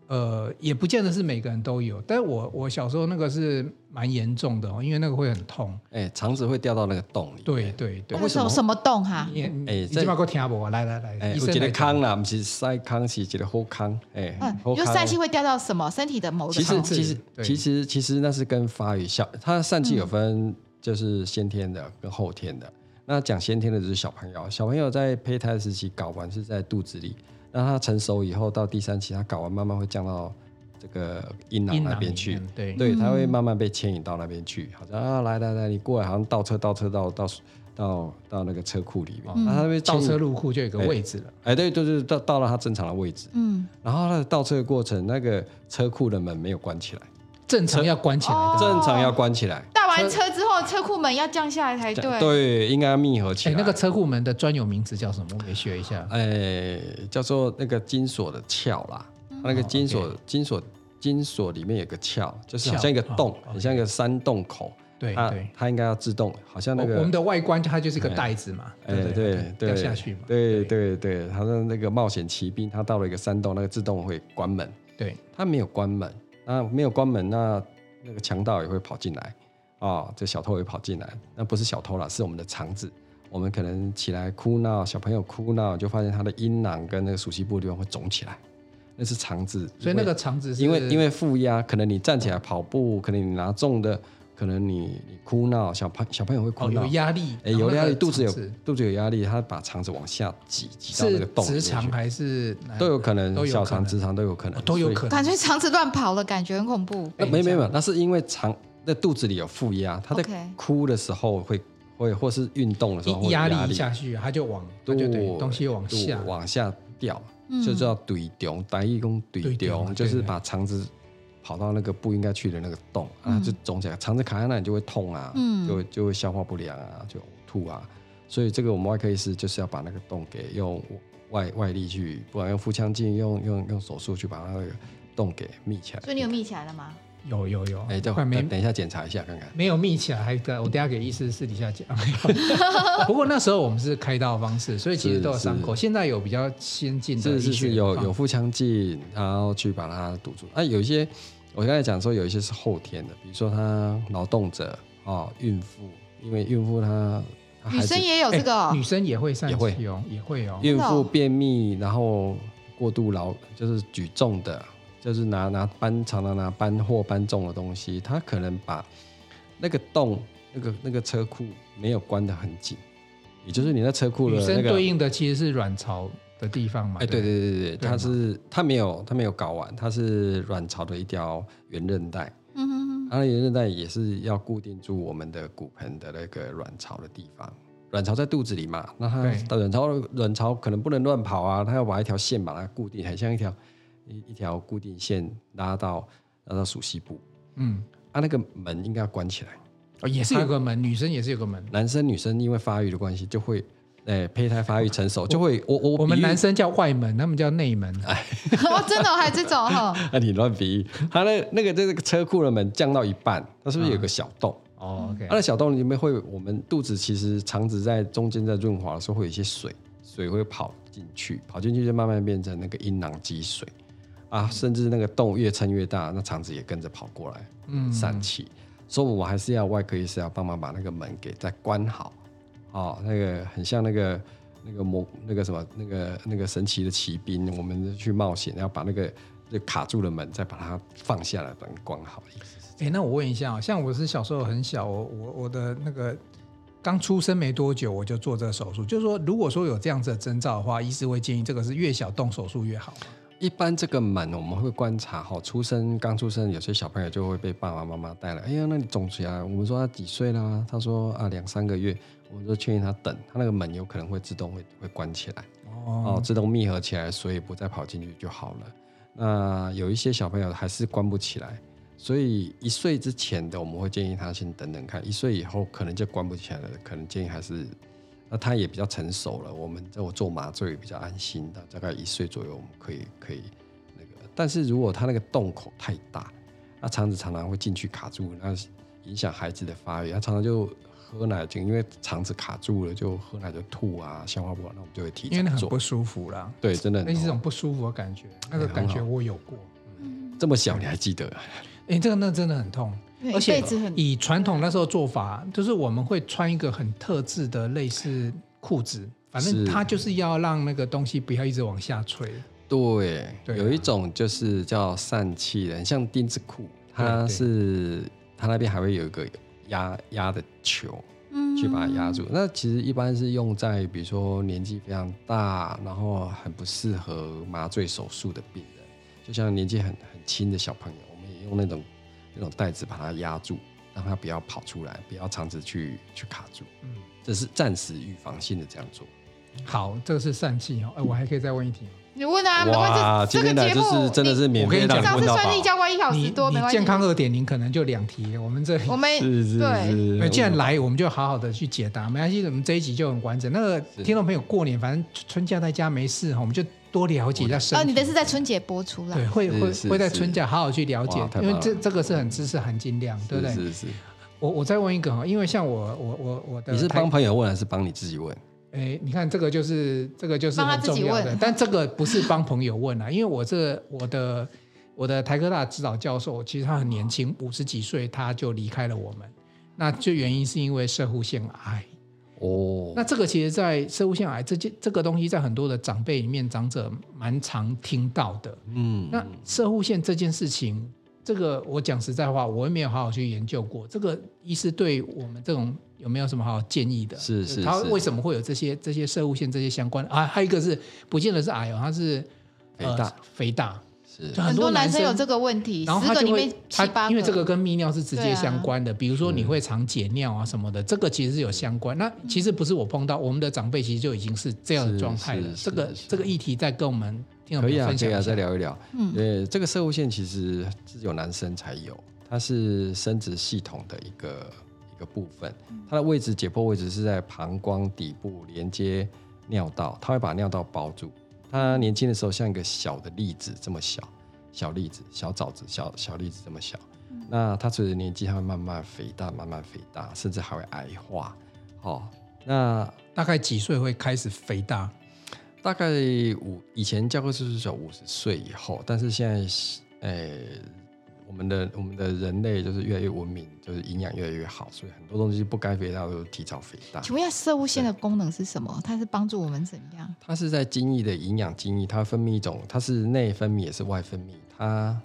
呃，也不见得是每个人都有，但我我小时候那个是蛮严重的哦，因为那个会很痛。哎、肠子会掉到那个洞里。对，对对那，时候什么洞哈？你哎你这起码给我听不？来来哎、来，医有生一个来讲坑啦，不是塞坑，是一个后坑，哎、嗯，后就坑疝气会掉到什么身体的某个其实洞？子其实对其实其实那是跟发育小，它疝嗯气有分就是先天的跟后天的。那讲先天的就是小朋友，小朋友在胚胎时期睾丸是在肚子里，那它成熟以后到第三期，它睾丸慢慢会降到这个阴囊阴那囊边里去面。对对，它会嗯慢慢被牵引到那边去，好像啊，来来来，你过来，好像倒车倒车到到到到那个车库里面，那它被牵哦倒引车，入库就有个哎位置了，哎，对对对，到到了它正常的位置，嗯，然后它的倒车的过程，那个车库的门没有关起来，正常要关起来哦的。正常要关起来，打完车之后，车库门要降下来才哎对。对，应该要密合起哎来。，那个车库门的专有名词叫什么？我们也学一下。哎，叫做那个金锁的鞘啦，它那个金锁、哦，OK 金锁金锁里面有个鞘，就是好鞘像一个洞哦，很像一个山洞口，对它对，哦它应该要自动，好像啊那我个我们的外观它就是个袋子嘛，哎，对不对对，掉下去嘛，对对对，好像那个冒险骑兵，他到了一个山洞，那个自动会关门，对，他没有关门，那没有关门，那那个强盗也会跑进来啊、这小偷也跑进来，那不是小偷啦，是我们的肠子。我们可能起来哭闹，小朋友哭闹，就发现他的阴囊跟那个熟悉部的地方会肿起来，那是肠子。所以那个肠子是哦因为因为负压，可能你站起来跑步，可能你拿重的，可能你你哭闹，小朋小朋友会哭哦闹，有压力，哎、然后有那个压力，肚子有肠肚子有压力，他把肠子往下挤，挤到那个是洞里直面去肠还是哪都有可能，都有小可肠、能直肠都有可能，哦都有所以可能，感觉肠子乱跑了，感觉很恐怖。那哎没没这样没有，那是因为肠那肚子里有负压，他在 OK 哭的时候会会，或是运动的时候会一有压力力一下去，它就往它对，就对东西往对下，往下掉，嗯就叫怼丢，打一公怼对丢，中就是对对把肠子跑到那个不应该去的那个洞啊，嗯就肿起来，肠子卡在那里就会痛啊，嗯就会就会消化不良啊，就呕吐啊，所以这个我们外科医师就是要把那个洞给用外外力去，不管用腹腔镜，用用用手术去把它那个洞给密起来。所以你有密起来了吗？有有有，哎，等快没等一下检查一下看看。没有密起来，还在我等一下给医师私底 下讲。不过那时候我们是开刀方式，所以其实都有伤口。现在有比较先进的是医是学啊是有方有腹腔镜，然后去把它堵住。啊那、有一些我刚才讲说有一些是后天的，比如说她劳动者哦，孕妇，因为孕妇她她女孩子生也有这个哦哎哎嗯女，生也会疝也会气哦，也会哦。孕真的妇哦便秘，然后过度劳就是举重的，就是拿拿搬常常拿搬货搬重的东西，她可能把那个洞那个那个车库没有关得很紧，也就是你那车库的女那生个对应的其实是卵巢的地方嘛。哎，对不，对对对对，它嘛是它没有它没有睾丸，它是卵巢的一条圆韧带，嗯 哼哼，它的圆韧带也是要固定住我们的骨盆的那个卵巢的地方。卵巢在肚子里嘛，那它对的卵巢卵巢可能不能乱跑啊，它要把一条线把它固定，很像一条一一条固定线拉到拉到属西部，嗯，啊，那个门应该要关起来。哦也是有个门，女生也是有个门。男生女生因为发育的关系，就会，诶、胚胎发育成熟就会，我我我们比喻哎男，生叫外门，他们叫内门。哦，真的哦还有这种哈， 啊，你乱比喻，他那那个这个车库的门降到一半，它是不是有个小洞？哦，OK，它的啊小洞里面会，我们肚子其实肠子在中间在润滑的时候会有一些水，水会跑进去，跑进去就慢慢变成那个阴囊积水啊，甚至那个洞越撑越大，那肠子也跟着跑过来，嗯，散气。所以我们还是要外科医师要帮忙把那个门给再关好，哦，那个很像那个那个魔那个什么那个那个神奇的骑兵，我们去冒险要把那个就卡住的门再把它放下来，把它关好。哎、那我问一下、哦，像我是小时候很小，我我我的那个刚出生没多久，我就做这个手术。就是说，如果说有这样子的征兆的话，医师会建议这个是越小动手术越好。一般这个门我们会观察哈，出生刚出生有些小朋友就会被爸爸妈妈带来，哎呀，那你肿起来，我们说他几岁啦？他说啊两三个月，我们就劝他等，他那个门有可能会自动会会关起来，哦，哦，自动密合起来，所以不再跑进去就好了。那有一些小朋友还是关不起来，所以一岁之前的我们会建议他先等等看，一岁以后可能就关不起来了，可能建议还是。那他也比较成熟了，我们在我做麻醉也比较安心的，大概一岁左右我们可以可以那个，但是如果他那个洞口太大，那肠子常常会进去卡住，那影响孩子的发育，他常常就喝奶就因为肠子卡住了，就喝奶就吐啊，消化不好，那我们就会提因为早那很做不舒服啦，对，真的那很是一痛。种不舒服的感觉，那个哎感觉很我有过。这么小你还记得啊？哎、这个那真的很痛。因为而一且辈子很以传统那时候做法，就是我们会穿一个很特制的类似裤子，反正是它就是要让那个东西不要一直往下垂。对，对啊有一种就是叫疝气人，像丁字裤，它对是它那边还会有一个压压的球嗯去把它压住。那其实一般是用在比如说年纪非常大，然后很不适合麻醉手术的病人，就像年纪很很轻的小朋友，我们也用那种那种带子把它压住，让它不要跑出来，不要肠子去去卡住。嗯这是暂时预防性的这样做。好，这个是疝气哦。哎、我还可以再问一题吗。哦你问啊，没关系，今这天个来节就目是真的是免费让我跟你你讲上问次到算饱是一，加关一小时你多，没你关系。健康二点零可能就两题，我们这里我们是是对是，那既然来，我们就好好的去解答，没关系，我们这一集就很完整。那个是听众朋友过年，反正春假在家没事哈，我们就多了解一下身哦，体。你的是在春节播出啦对，。会是会是会在是春假好好去了解哇，太因为棒这了这个是很知识含金量，对不对？是是是，我我再问一个哈，因为像我我我我的你是台帮朋友问还是帮你自己问？哎，你看这个就是这个就是帮他很自重己要的问，但这个不是帮朋友问啊，因为我这我的我的台科大指导教授，其实他很年轻，五十几岁他就离开了我们，那就原因是因为射护腺癌。哦，那这个其实，在射物腺癌这件这个东西，在很多的长辈里面，长者蛮常听到的。嗯，那射护腺这件事情，这个我讲实在话，我也没有好好去研究过。这个医师对我们这种有没有什么好建议的？是是他是为什么会有这些这些射护腺这些相关啊？还有一个是，不见得是癌哦，它是呃肥大肥大，是就很多多男生生有这个问题，然后十他个就里会面七他八因为这个跟泌尿是直接对啊相关的，比如说你会常解尿啊什么的，这个其实是有相关。那嗯其实不是我碰到，我们的长辈其实就已经是这样的是状态了是。是这个是这个议题再跟我们听众可朋以友啊分，可享以啊，一再下。聊一聊。嗯呃，这个射物线其实只有男生才有，它是生殖系统的一个一个部分，嗯它的位置解剖位置是在膀胱底部连接尿道，它会把尿道包住。它年轻的时候像一个小的粒子这么小，小粒子、小枣子、小小粒子这么小。嗯那它随着年纪，它会慢慢肥大，慢慢肥大，甚至还会癌化。好、那大概几岁会开始肥大？大概五以前教科书是讲五十岁以后，但是现在是，呃，我们的我们的人类就是越来越文明，就是营养越来越好，所以很多东西不该肥大都提早肥大。请问一下，射物线的功能是什么？它是帮助我们怎样？它是在精液的营养精液，它分泌一种，它是内分泌也是外分泌，它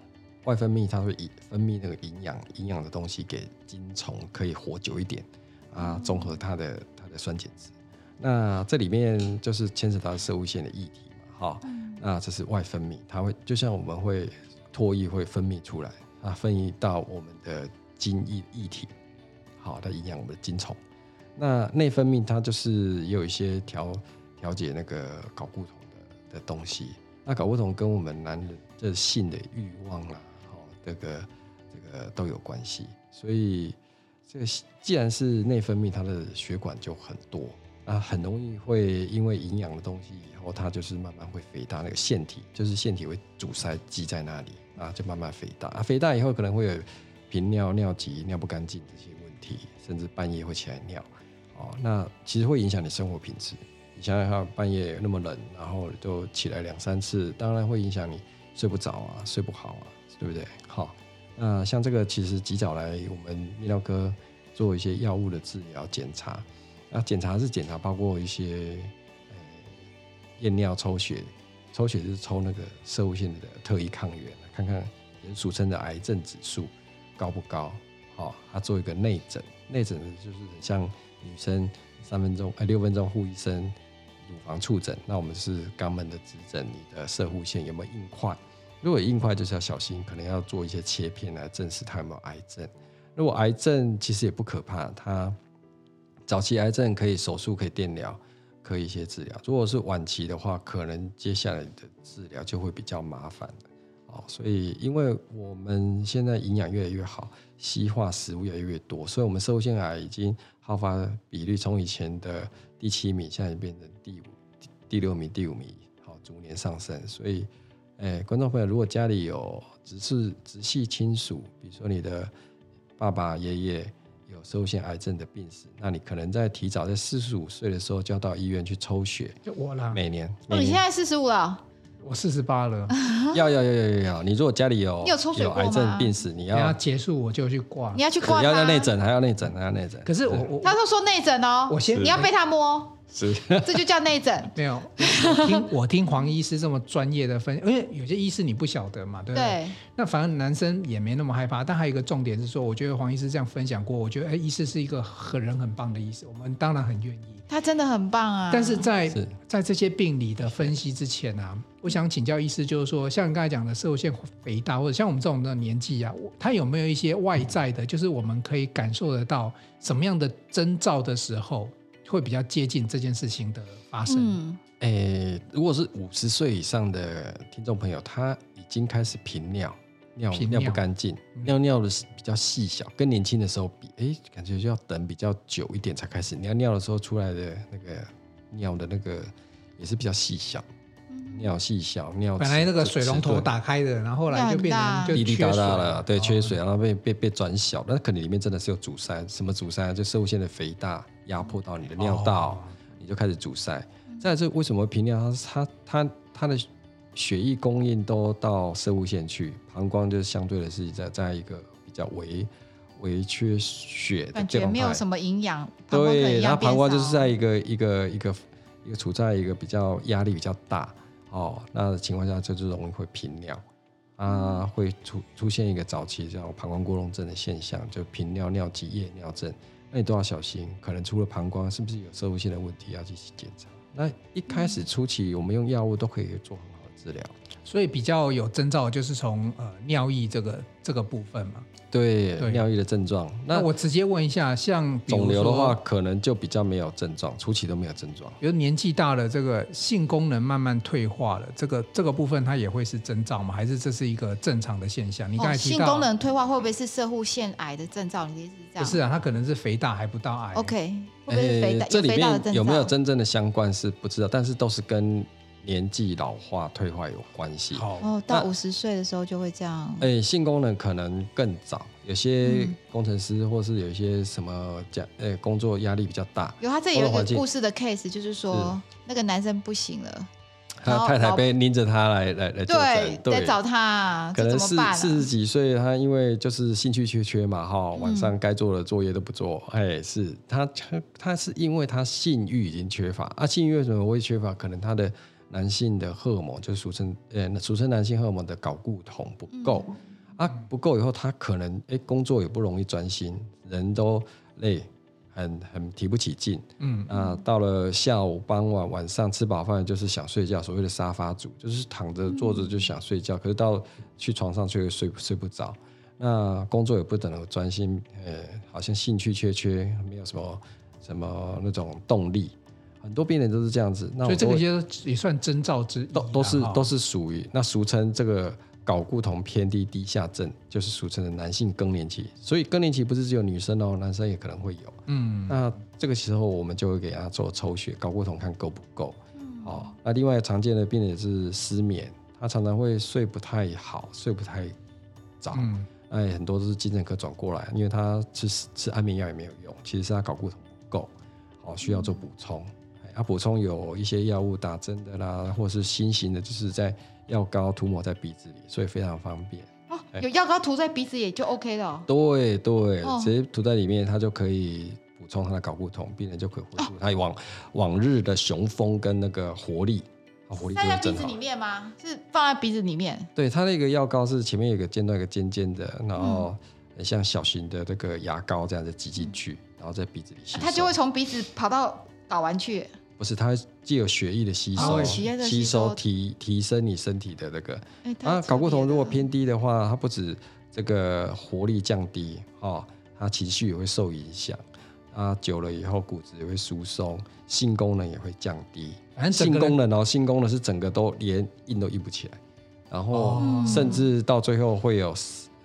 外分泌它会以分泌那个营养营养的东西给精虫可以活久一点啊，综合它的它的酸碱值。那这里面就是牵扯到射物线的议题嘛，哈、那这是外分泌，它会就像我们会唾液会分泌出来，它分泌到我们的精液液体，好，它营养我们的精虫。那内分泌它就是也有一些调调节那个睾固酮的的东西。那睾固酮跟我们男人这性的欲望啊，哦，这个这个都有关系。所以这个既然是内分泌，它的血管就很多，那很容易会因为营养的东西以后，它就是慢慢会肥大，那个腺体就是腺体会阻塞积在那里啊，就慢慢肥大啊，肥大以后可能会有频尿、尿急、尿不干净这些问题，甚至半夜会起来尿。哦，那其实会影响你生活品质。你想想看，半夜那么冷，然后都起来两三次，当然会影响你睡不着啊，睡不好啊，对不对？好，那像这个其实及早来我们泌尿科做一些药物的治疗检查，那检查是检查包括一些呃验尿抽血，抽血就是抽那个射物腺的特异抗原，看看人俗称的癌症指数高不高。好、哦他做一个内诊，内诊呢就是很像女生三分钟哎六分钟护医生乳房触诊，那我们是肛门的指诊，你的射护腺有没有硬块？如果有硬块就是要小心，可能要做一些切片来证实它有没有癌症。如果癌症其实也不可怕，它早期癌症可以手术、可以电疗、可以一些治疗。如果是晚期的话，可能接下来的治疗就会比较麻烦了。哦，所以因为我们现在营养越来越好，西化食物越来越多，所以我们射腺癌已经好发比率从以前的第七名，现在变成第五、第第六名、第五名，好，逐年上升。所以，哎，观众朋友，如果家里有直系直系亲属，比如说你的爸爸、爷爷有射腺癌症的病史，那你可能在提早在四十五岁的时候就要到医院去抽血，就我啦，每年，哦，每你现年在四十五了，我四十八了，要要要要要要，你如果家里有你有抽血过癌症吗病史，你等要下结束我就去挂你。要去要挂要它。内诊，还要内诊，还要内诊。可是我对我他都说内诊哦，我先。你要被他摸，哦是这就叫内诊没有我听我听黄医师这么专业的分，因为有些医师你不晓得 嘛，对不对？对，那反而男生也没那么害怕，但还有一个重点是说，我觉得黄医师这样分享过，我觉得哎，医师是一个很人很棒的医师，我们当然很愿意。他真的很棒啊。但是在是在这些病理的分析之前啊，我想请教医师，就是说，像你刚才讲的射物腺肥大，或者像我们这种的年纪啊，我它有没有一些外在的，就是我们可以感受得到什么样的征兆的时候，会比较接近这件事情的发生？嗯，诶、如果是五十岁以上的听众朋友，他已经开始频尿，尿频尿尿不干净，嗯尿尿的是比较细小，跟年轻的时候比，诶、感觉就要等比较久一点才开始。尿尿的时候出来的那个尿的那个也是比较细小，尿细小，尿嗯本迟来那个迟水龙头钝打开的，然后后来就变成就滴滴缺答水答了，对，哦缺水，然后被被被转小，那可能里面真的是有阻塞，什么阻塞？就射物腺的肥大压迫到你的尿哦道，你就开始阻塞。再来是为什么频尿？它是它它它的血液供应都到射物腺去，膀胱就是相对的是在在一个比较微微缺血的感这觉状没有态。什么营养，膀胱可能对，营然养后膀胱变就少是在一个一个一个一个处在一个比较压力比较大哦，那的情况下就是容易会频尿啊，会出出现一个早期叫膀胱过动症的现象，就频尿、尿急、夜尿症，那你都要小心，可能除了膀胱是不是有射物腺的问题要去检查。那一开始初期我们用药物都可以做很好的治疗，所以比较有征兆就是从呃尿液这个这个部分嘛。对对尿液的症状。那那我直接问一下，像比如肿瘤的话，说，可能就比较没有症状，初期都没有症状。比如年纪大了，这个性功能慢慢退化了，这个这个部分它也会是征兆吗？还是这是一个正常的现象？你刚哦，才提性到、功能退化会不会是射护腺癌的征兆？你的意思是这不样？是啊，它可能是肥大还不到癌。 OK，会不会是肥诶，大？哎这有里肥大的面征兆有没有真正的相关是不知道，但是都是跟年纪老化、退化有关系。好，哦，到那五十岁的时候就会这样。诶，性功能可能更早，有些嗯工程师或是有一些什么家，诶，工作压力比较大，有，他这里有一活动环个境故事的 case，就是说那个男生不行了，然他后太太老被拎着他来来来就诊，得找他，可这能怎么四办四十啊？几岁，他因为就是兴趣缺缺嘛，哈，嗯晚上该做的作业都不做，哎，是他他他是因为他性欲已经缺乏啊，性欲为什么会缺乏？可能他的男性的荷尔蒙，就是俗称呃俗称男性荷尔蒙的睾固酮不够、嗯啊，不够以后他可能哎工作也不容易专心，人都累，很很提不起劲，嗯，啊，到了下午、傍晚、晚上吃饱饭就是想睡觉，所谓的沙发族，就是躺着嗯坐着就想睡觉，可是到去床上却睡睡不着。那工作也不能够专心，呃，好像兴趣缺缺，没有什么什么那种动力，很多病人都是这样子。那我所以这都个会些也算征兆之一啊都啦都是哈都是属于那俗称这个睾固酮偏低低下症，就是俗称的男性更年期。所以更年期不是只有女生哦，男生也可能会有。嗯那这个时候我们就会给他做抽血，睾固酮看够不够。哦，那另外常见的病人是失眠，他常常会睡不太好，睡不太早。嗯哎，很多都是精神科转过来，因为他吃吃安眠药也没有用，其实是他睾固酮不够，好、需要做补充。哎，啊，补充有一些药物打针的啦，或是新型的，就是在药膏涂抹在鼻子里，所以非常方便。哦，有药膏涂在鼻子也就 OK 了哦、对对，哦直接涂在里面，它就可以补充它的睾固酮，病人就可以恢复哦他往往日的雄风跟那个活力，啊，活力塞就在会鼻正子好里。面吗？是放在鼻子里面？对，它那个药膏是前面有个尖端，一个尖尖的，然后嗯很像小型的这个牙膏这样子挤进去，然后在鼻子里吸收。嗯它就会从鼻子跑到睾丸去。不是，它会借由血液的吸收，哦血液的吸吸收收提提升你身体的那个哎它啊，特别睾固酮的如果偏低的话，它不止这个活力降低哦，它情绪也会受影响。啊，久了以后骨质也会疏松，性功能也会降低。反正整性个人功能哦，性功能是整个都连硬都硬不起来，然后哦甚至到最后会有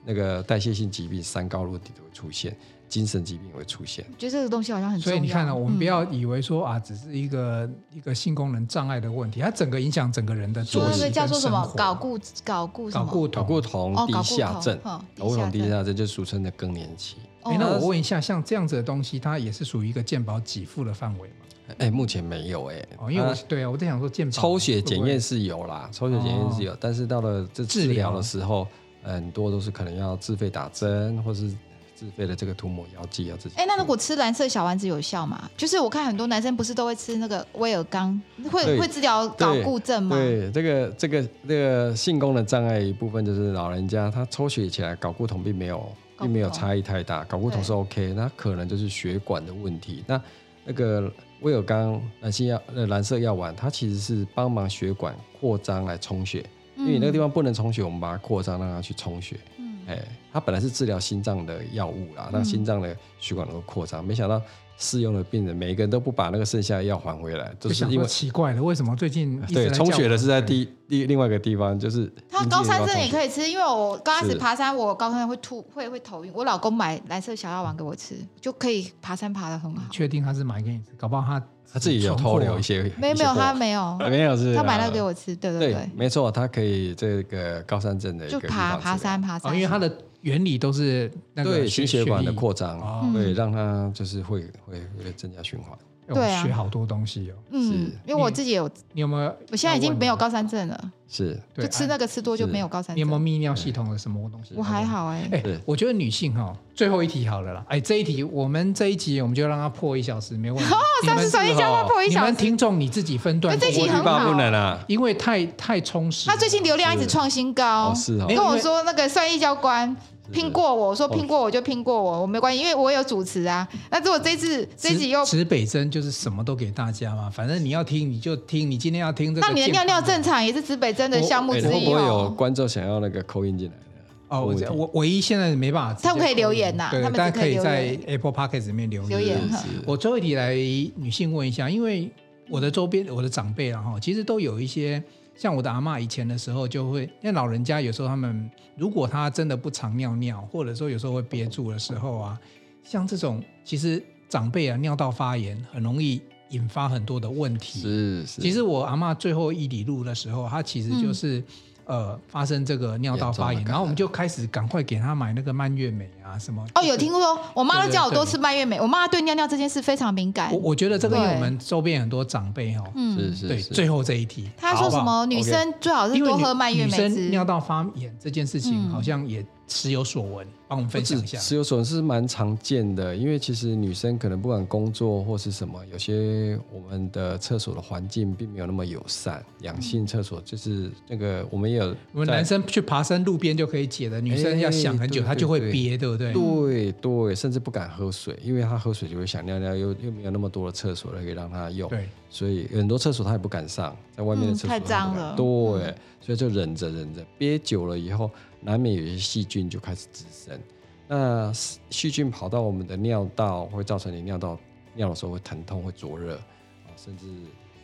那个代谢性疾病、三高问题都会出现，精神疾病也会出现。觉得这个东西好像很重所要。以你看啊呢、我们嗯不要以为说啊，只是一个一个性功能障碍的问题，它整个影响整个人的说作那息个跟叫做什么生活睾固睾固什搞么？固睾固酮。酮哦低下症，睾睾固固酮酮嗯低低下下症就俗称的更年期。哎，那哦我问一下，像这样子的东西，它也是属于一个健保给付的范围吗？哎，目前没有哎、哦，因为我啊对啊，我在想说健保抽血检验会哦是有啦，抽血检验是有，但是到了这治疗治疗的时候，很多都是可能要自费打针，或是自费的这个涂抹药剂要自己。哎、那如果吃蓝色小丸子有效吗？就是我看很多男生不是都会吃那个威尔刚，会对会治疗睾固症吗？对这个这个这个性功能障碍一部分就是老人家他抽血起来睾固酮并没有并没有差异太大，睾固酮是 OK，那可能就是血管的问题。那那个威尔刚男性药呃蓝色药丸，它其实是帮忙血管扩张来充血，因为你那个地方不能充血，我们把它扩张让它去充血。嗯，哎，它本来是治疗心脏的药物啦，让心脏的血管能够扩张，没想到试用的病人每一个人都不把那个剩下的药还回来，就就是想因说为呃奇怪了，为什么最近一直对来充叫血我嗯的是在对第第另外一个地方，就是他高山症也可以。以吃，因为我刚开始是爬山，我高山症会吐，会会头晕。我老公买蓝色小药丸给我吃，就可以爬山爬的很好你。确定他是买给你吃，搞不好他他自己有偷留一些。些，没有没一些有，货他没有，没有是他买啊了给我吃。对对对没错，他可以这个高山症的啊对，一就个爬预防爬治疗山爬山，哦，因为它的原理都是那个对心血管的液扩张，哦嗯对让它就是会会会增加循环。哎我对啊学好多东西哦。是嗯，因为我自己有，你有没有？我现在已经没啊有高山症了，是对就吃那个吃多就没有高哎山你有没有症。泌尿系统的什么东西？我还。好哎、哎对，我觉得女性哈，最后一题好了啦。哎，这一题我们这一集我们就让它破一小时，没问题。你 上们次首先叫他破一你小们时，听众你自己分段哎，这我题欲很罢不好能啊！因为太太充实了。他最近流量一直创新高哦，是哦没，有跟我因为说那个算艺教官是哦拼过我，我说拼过我就拼过我，我没关系，因为我有主持啊。那如果这次这一集又，池北真就是什么都给大家嘛，反正你要听你就听，你今天要听这个那健康。你的尿尿正常也是指北针的项目哎之会一不会有哦。观众想要那个扣音进来的？哦，我问题这我唯一现在没办法直接他扣音，们可以留言呐对他们是大家可可以以留在言 Apple Podcast 里面留留言是是我最后一题来女性问一下，因为我的周边我的长辈然后其实都有一些。像我的阿嬷以前的时候，就会因为老人家有时候他们如果他真的不常尿尿，或者说有时候会憋住的时候啊，像这种其实长辈啊尿道发炎很容易引发很多的问题。是是，其实我阿嬷最后一里路的时候，她其实就是、呃发生这个尿道发炎，嗯严重的感染然后我们就开始赶快给她买那个蔓越莓啊什么。哦，有听过，我妈都叫我对对对多吃蔓越莓，我妈对尿尿这件事非常敏感我。我觉得这个因为对我们周边很多长辈哦，是嗯，是对，是最后这一题，她说好不好什？么女生最好是因为多女喝蔓越女莓生汁尿。道发炎这件事情嗯好像也时有所闻，帮我们分享一下。石油损是蛮常见的，因为其实女生可能不管工作或是什么，有些我们的厕所的环境并没有那么友善，两性厕所就是那个我们也有嗯在，我们男生去爬山路边就可以解的，女生要想很久，哎对她就会对对憋，对不对？对对，甚至不敢喝水，因为他喝水就会想尿尿，又又没有那么多的厕所可以让他用，对，所以很多厕所他也不敢上，在外面的厕嗯所、太脏了嗯对，所以就忍着忍着，憋久了以后，难免有一些细菌就开始滋生。那细菌跑到我们的尿道，会造成你尿道尿的时候会疼痛、会灼热，啊甚至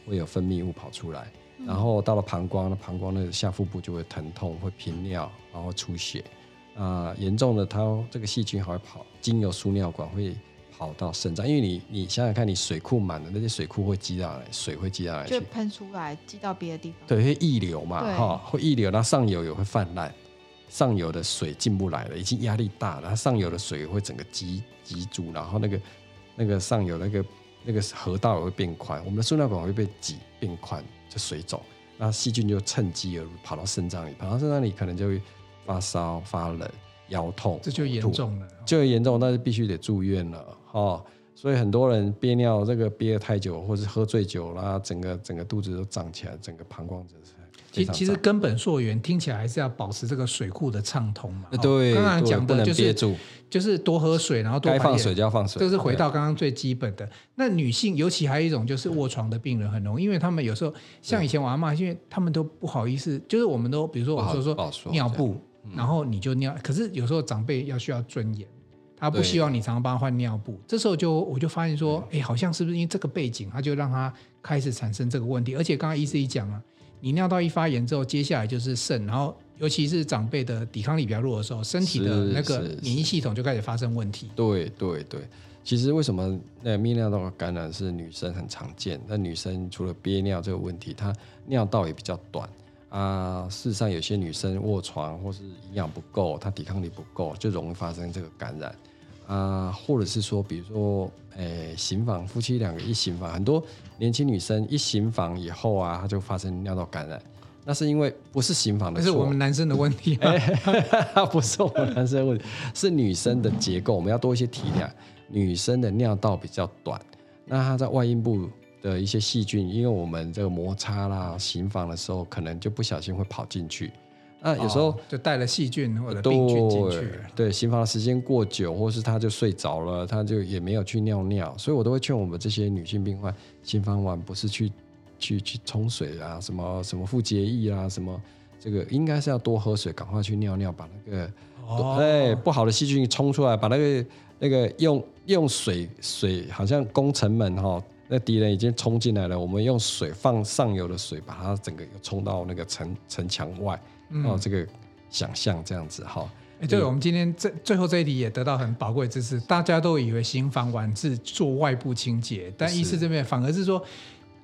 会有分泌物跑出来。然后到了膀胱，那膀胱的下腹部就会疼痛、会频尿，然后出血。啊、严重的它这个细菌还会跑，经由输尿管会跑到肾脏，因为你你想想看，你水库满了，那些水库会积下来，水会积下来就去，喷出来寄到别的地方。对，会溢流嘛，对哈、会溢流，那上游也会泛滥，上游的水进不来了，已经压力大了，它上游的水会整个积积住，然后那个那个上游那个那个河道也会变宽，我们的输尿管会被挤变宽，就水肿，那细菌就趁机而入跑到肾脏里，跑到肾脏里可能就会发烧、发冷、腰痛，这就严吐重了。就严重，那就必须得住院了哦。所以很多人憋尿，这个憋得太久，或是喝醉酒啦，整个整个肚子都胀起来，整个膀胱真是非其常其实胀根本溯源听起来还是要保持这个水库的畅通嘛。呃哦对，刚刚对讲不的能就憋是住，就是多喝水，然后多该排放便水就要放水，这是回对到刚刚最基本的。那女性，尤其还有一种就是卧床的病人很容易，因为他们有时候像以前我阿妈，因为他们都不好意思，就是我们都比如说不我好说不好说尿布，然后你就尿，可是有时候长辈要需要尊严。他不希望你常常帮他换尿布，这时候就我就发现说，哎，好像是不是因为这个背景，他就让他开始产生这个问题。而且刚刚医师一讲啊，你尿道一发炎之后，接下来就是肾，然后尤其是长辈的抵抗力比较弱的时候，身体的是那个是是免疫系统就开始发生问题。对对对，其实为什么那个泌尿道感染是女生很常见？那女生除了憋尿这个问题，她尿道也比较短啊。事实上，有些女生卧床或是营养不够，她抵抗力不够，就容易发生这个感染啊。或者是说，比如说，诶、行房夫妻两个一行房，很多年轻女生一行房以后啊，她就发生尿道感染。那是因为不是行房的那错，是我们男生的问题啊 吗？ 不是我们男生的问题，是女生的结构，我们要多一些体谅。女生的尿道比较短，那她在外阴部的一些细菌，因为我们这个摩擦啦、行房的时候，可能就不小心会跑进去。那有时候、哦就带了细菌或者对病菌进去了。对，行房的时间过久，或是她就睡着了，她就也没有去尿尿，所以我都会劝我们这些女性病患，行房完不是去去去冲水啊，什么什么腹结液啊，什么这个应该是要多喝水，赶快去尿尿，把那个哦，哎，不好的细菌冲出来，把那个那个用用水水，好像工程门哈、那敌人已经冲进来了，我们用水放上游的水，把它整个冲到那个城城墙外，哦，这个想象这样子哈、哎对，我们今天这最后这一题也得到很宝贵的知识。大家都以为行房完是做外部清洁，但是医师这边反而是说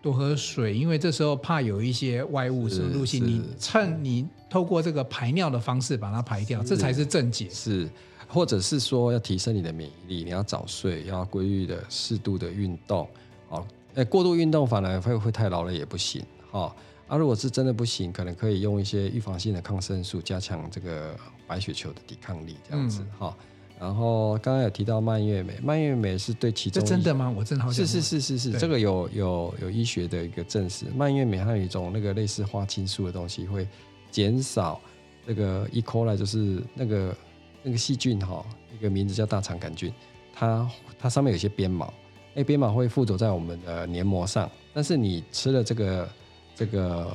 多喝水，因为这时候怕有一些外物是什么入侵，是你趁你透过这个排尿的方式把它排掉，这才是正解。是，或者是说要提升你的免疫力，你要早睡，要规律的、适度的运动。哦，那过度运动反而会会太劳累也不行。哦，啊，如果是真的不行，可能可以用一些预防性的抗生素加强这个白血球的抵抗力，这样子嗯哈、哦然后刚刚有提到蔓越莓，蔓越莓是对其这中真一的吗？我真的好想是是是是是，对这个有有有医学的一个证实，蔓越莓它有一种那个类似花青素的东西，会减少那个 E. coli，就是那个那个细菌哈、一个名字叫大肠杆菌，它它上面有一些鞭毛，哎，鞭毛会附着在我们的黏膜上，但是你吃了这个这个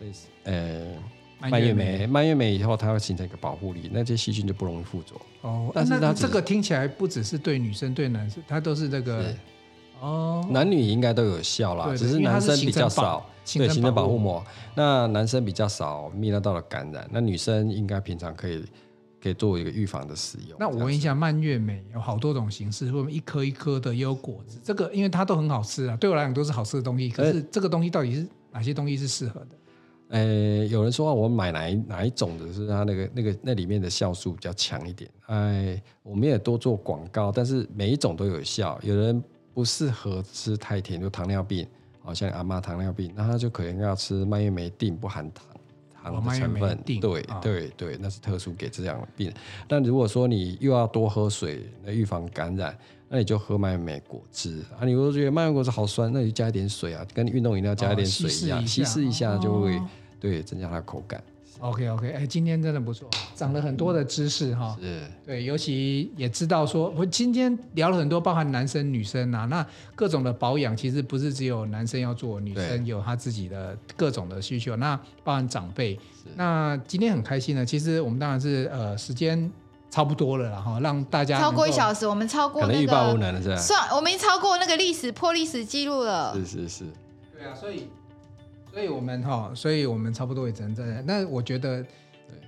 类似呃问蔓蔓越越莓，莓蔓越莓以后它会形成一个保护力，那些细菌就不容易附着。哦。但是那它那只这个听起来不只是对女生，对男生，它都是这个是哦。男女应该都有效啦，对对只是因为它男是生比较少，形成保形对形成成保保护护膜。那男生比较少泌尿道的感染，那女生应该平常可以可以做一个预防的使用。那我这样问一下，蔓越莓有好多种形式，我们一颗一颗的，也有果子。这个因为它都很好吃啊，对我来讲都是好吃的东西。哎可是这个东西到底是哪些东西是适合的？呃，有人说啊我买哪一哪一种的是它那个那个那里面的酵素比较强一点。哎，我们也多做广告，但是每一种都有效。有人不适合吃太甜，就糖尿病，好、像阿妈糖尿病，那他就可能要吃蔓越莓定不含糖。哦糖蔓的越成莓分，定对啊对对，那是特殊给这样的病。但如果说你又要多喝水来预防感染，那你就喝蔓越莓果汁啊。你如果觉得蔓越莓果汁好酸，那你就加一点水啊，跟运动饮料加一点哦稀水释一样，一稀下释一下就会哦对增加它的口感。 OK OK，哎，今天真的不错，长了很多的知识哈。是对，尤其也知道说，我今天聊了很多，包含男生、女生啊，那各种的保养，其实不是只有男生要做，女生对有她自己的各种的需求，那包含长辈。那今天很开心呢，其实我们当然是呃时间。差不多了啦，哈，让大家超过一能够小时，我们超过可能那欲罢无个能了，是吧？算，我们已经超过那个历史破历史记录了。是是是，对啊，所以，所以我们哈，所以我们差不多也只能在那。那我觉得，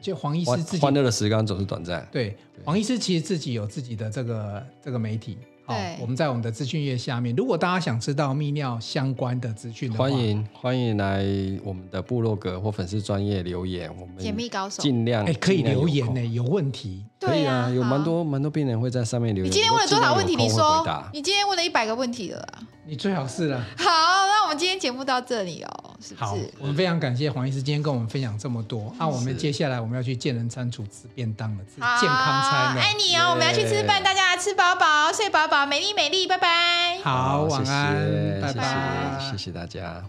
就黄医欢师自己欢乐的时光总是短暂。对黄医师其实自己有自己的这个这个媒体。好对，我们在我们的资讯页下面，如果大家想知道泌尿相关的资讯的话，欢迎欢迎来我们的部落格或粉丝专业留言，我们解密高手，尽量哎，可以尽量有留言空呢，有问题。可以对啊啊，有蛮好多蛮多病人会在上面留言。你今天问了多少问题？我你尽量有空会说回答，你今天问了一百个问题了啊。你最好是啦。好，那我们今天节目到这里哦，是不好是？，我们非常感谢黄医师今天跟我们分享这么多。那我们是接下来我们要去健人餐厨吃便当了，吃好，健康餐了爱。你哦，我们要去吃饭，耶大家吃饱饱，睡饱饱，美丽美丽，拜拜。好，晚安谢谢，拜拜，谢谢谢谢大家。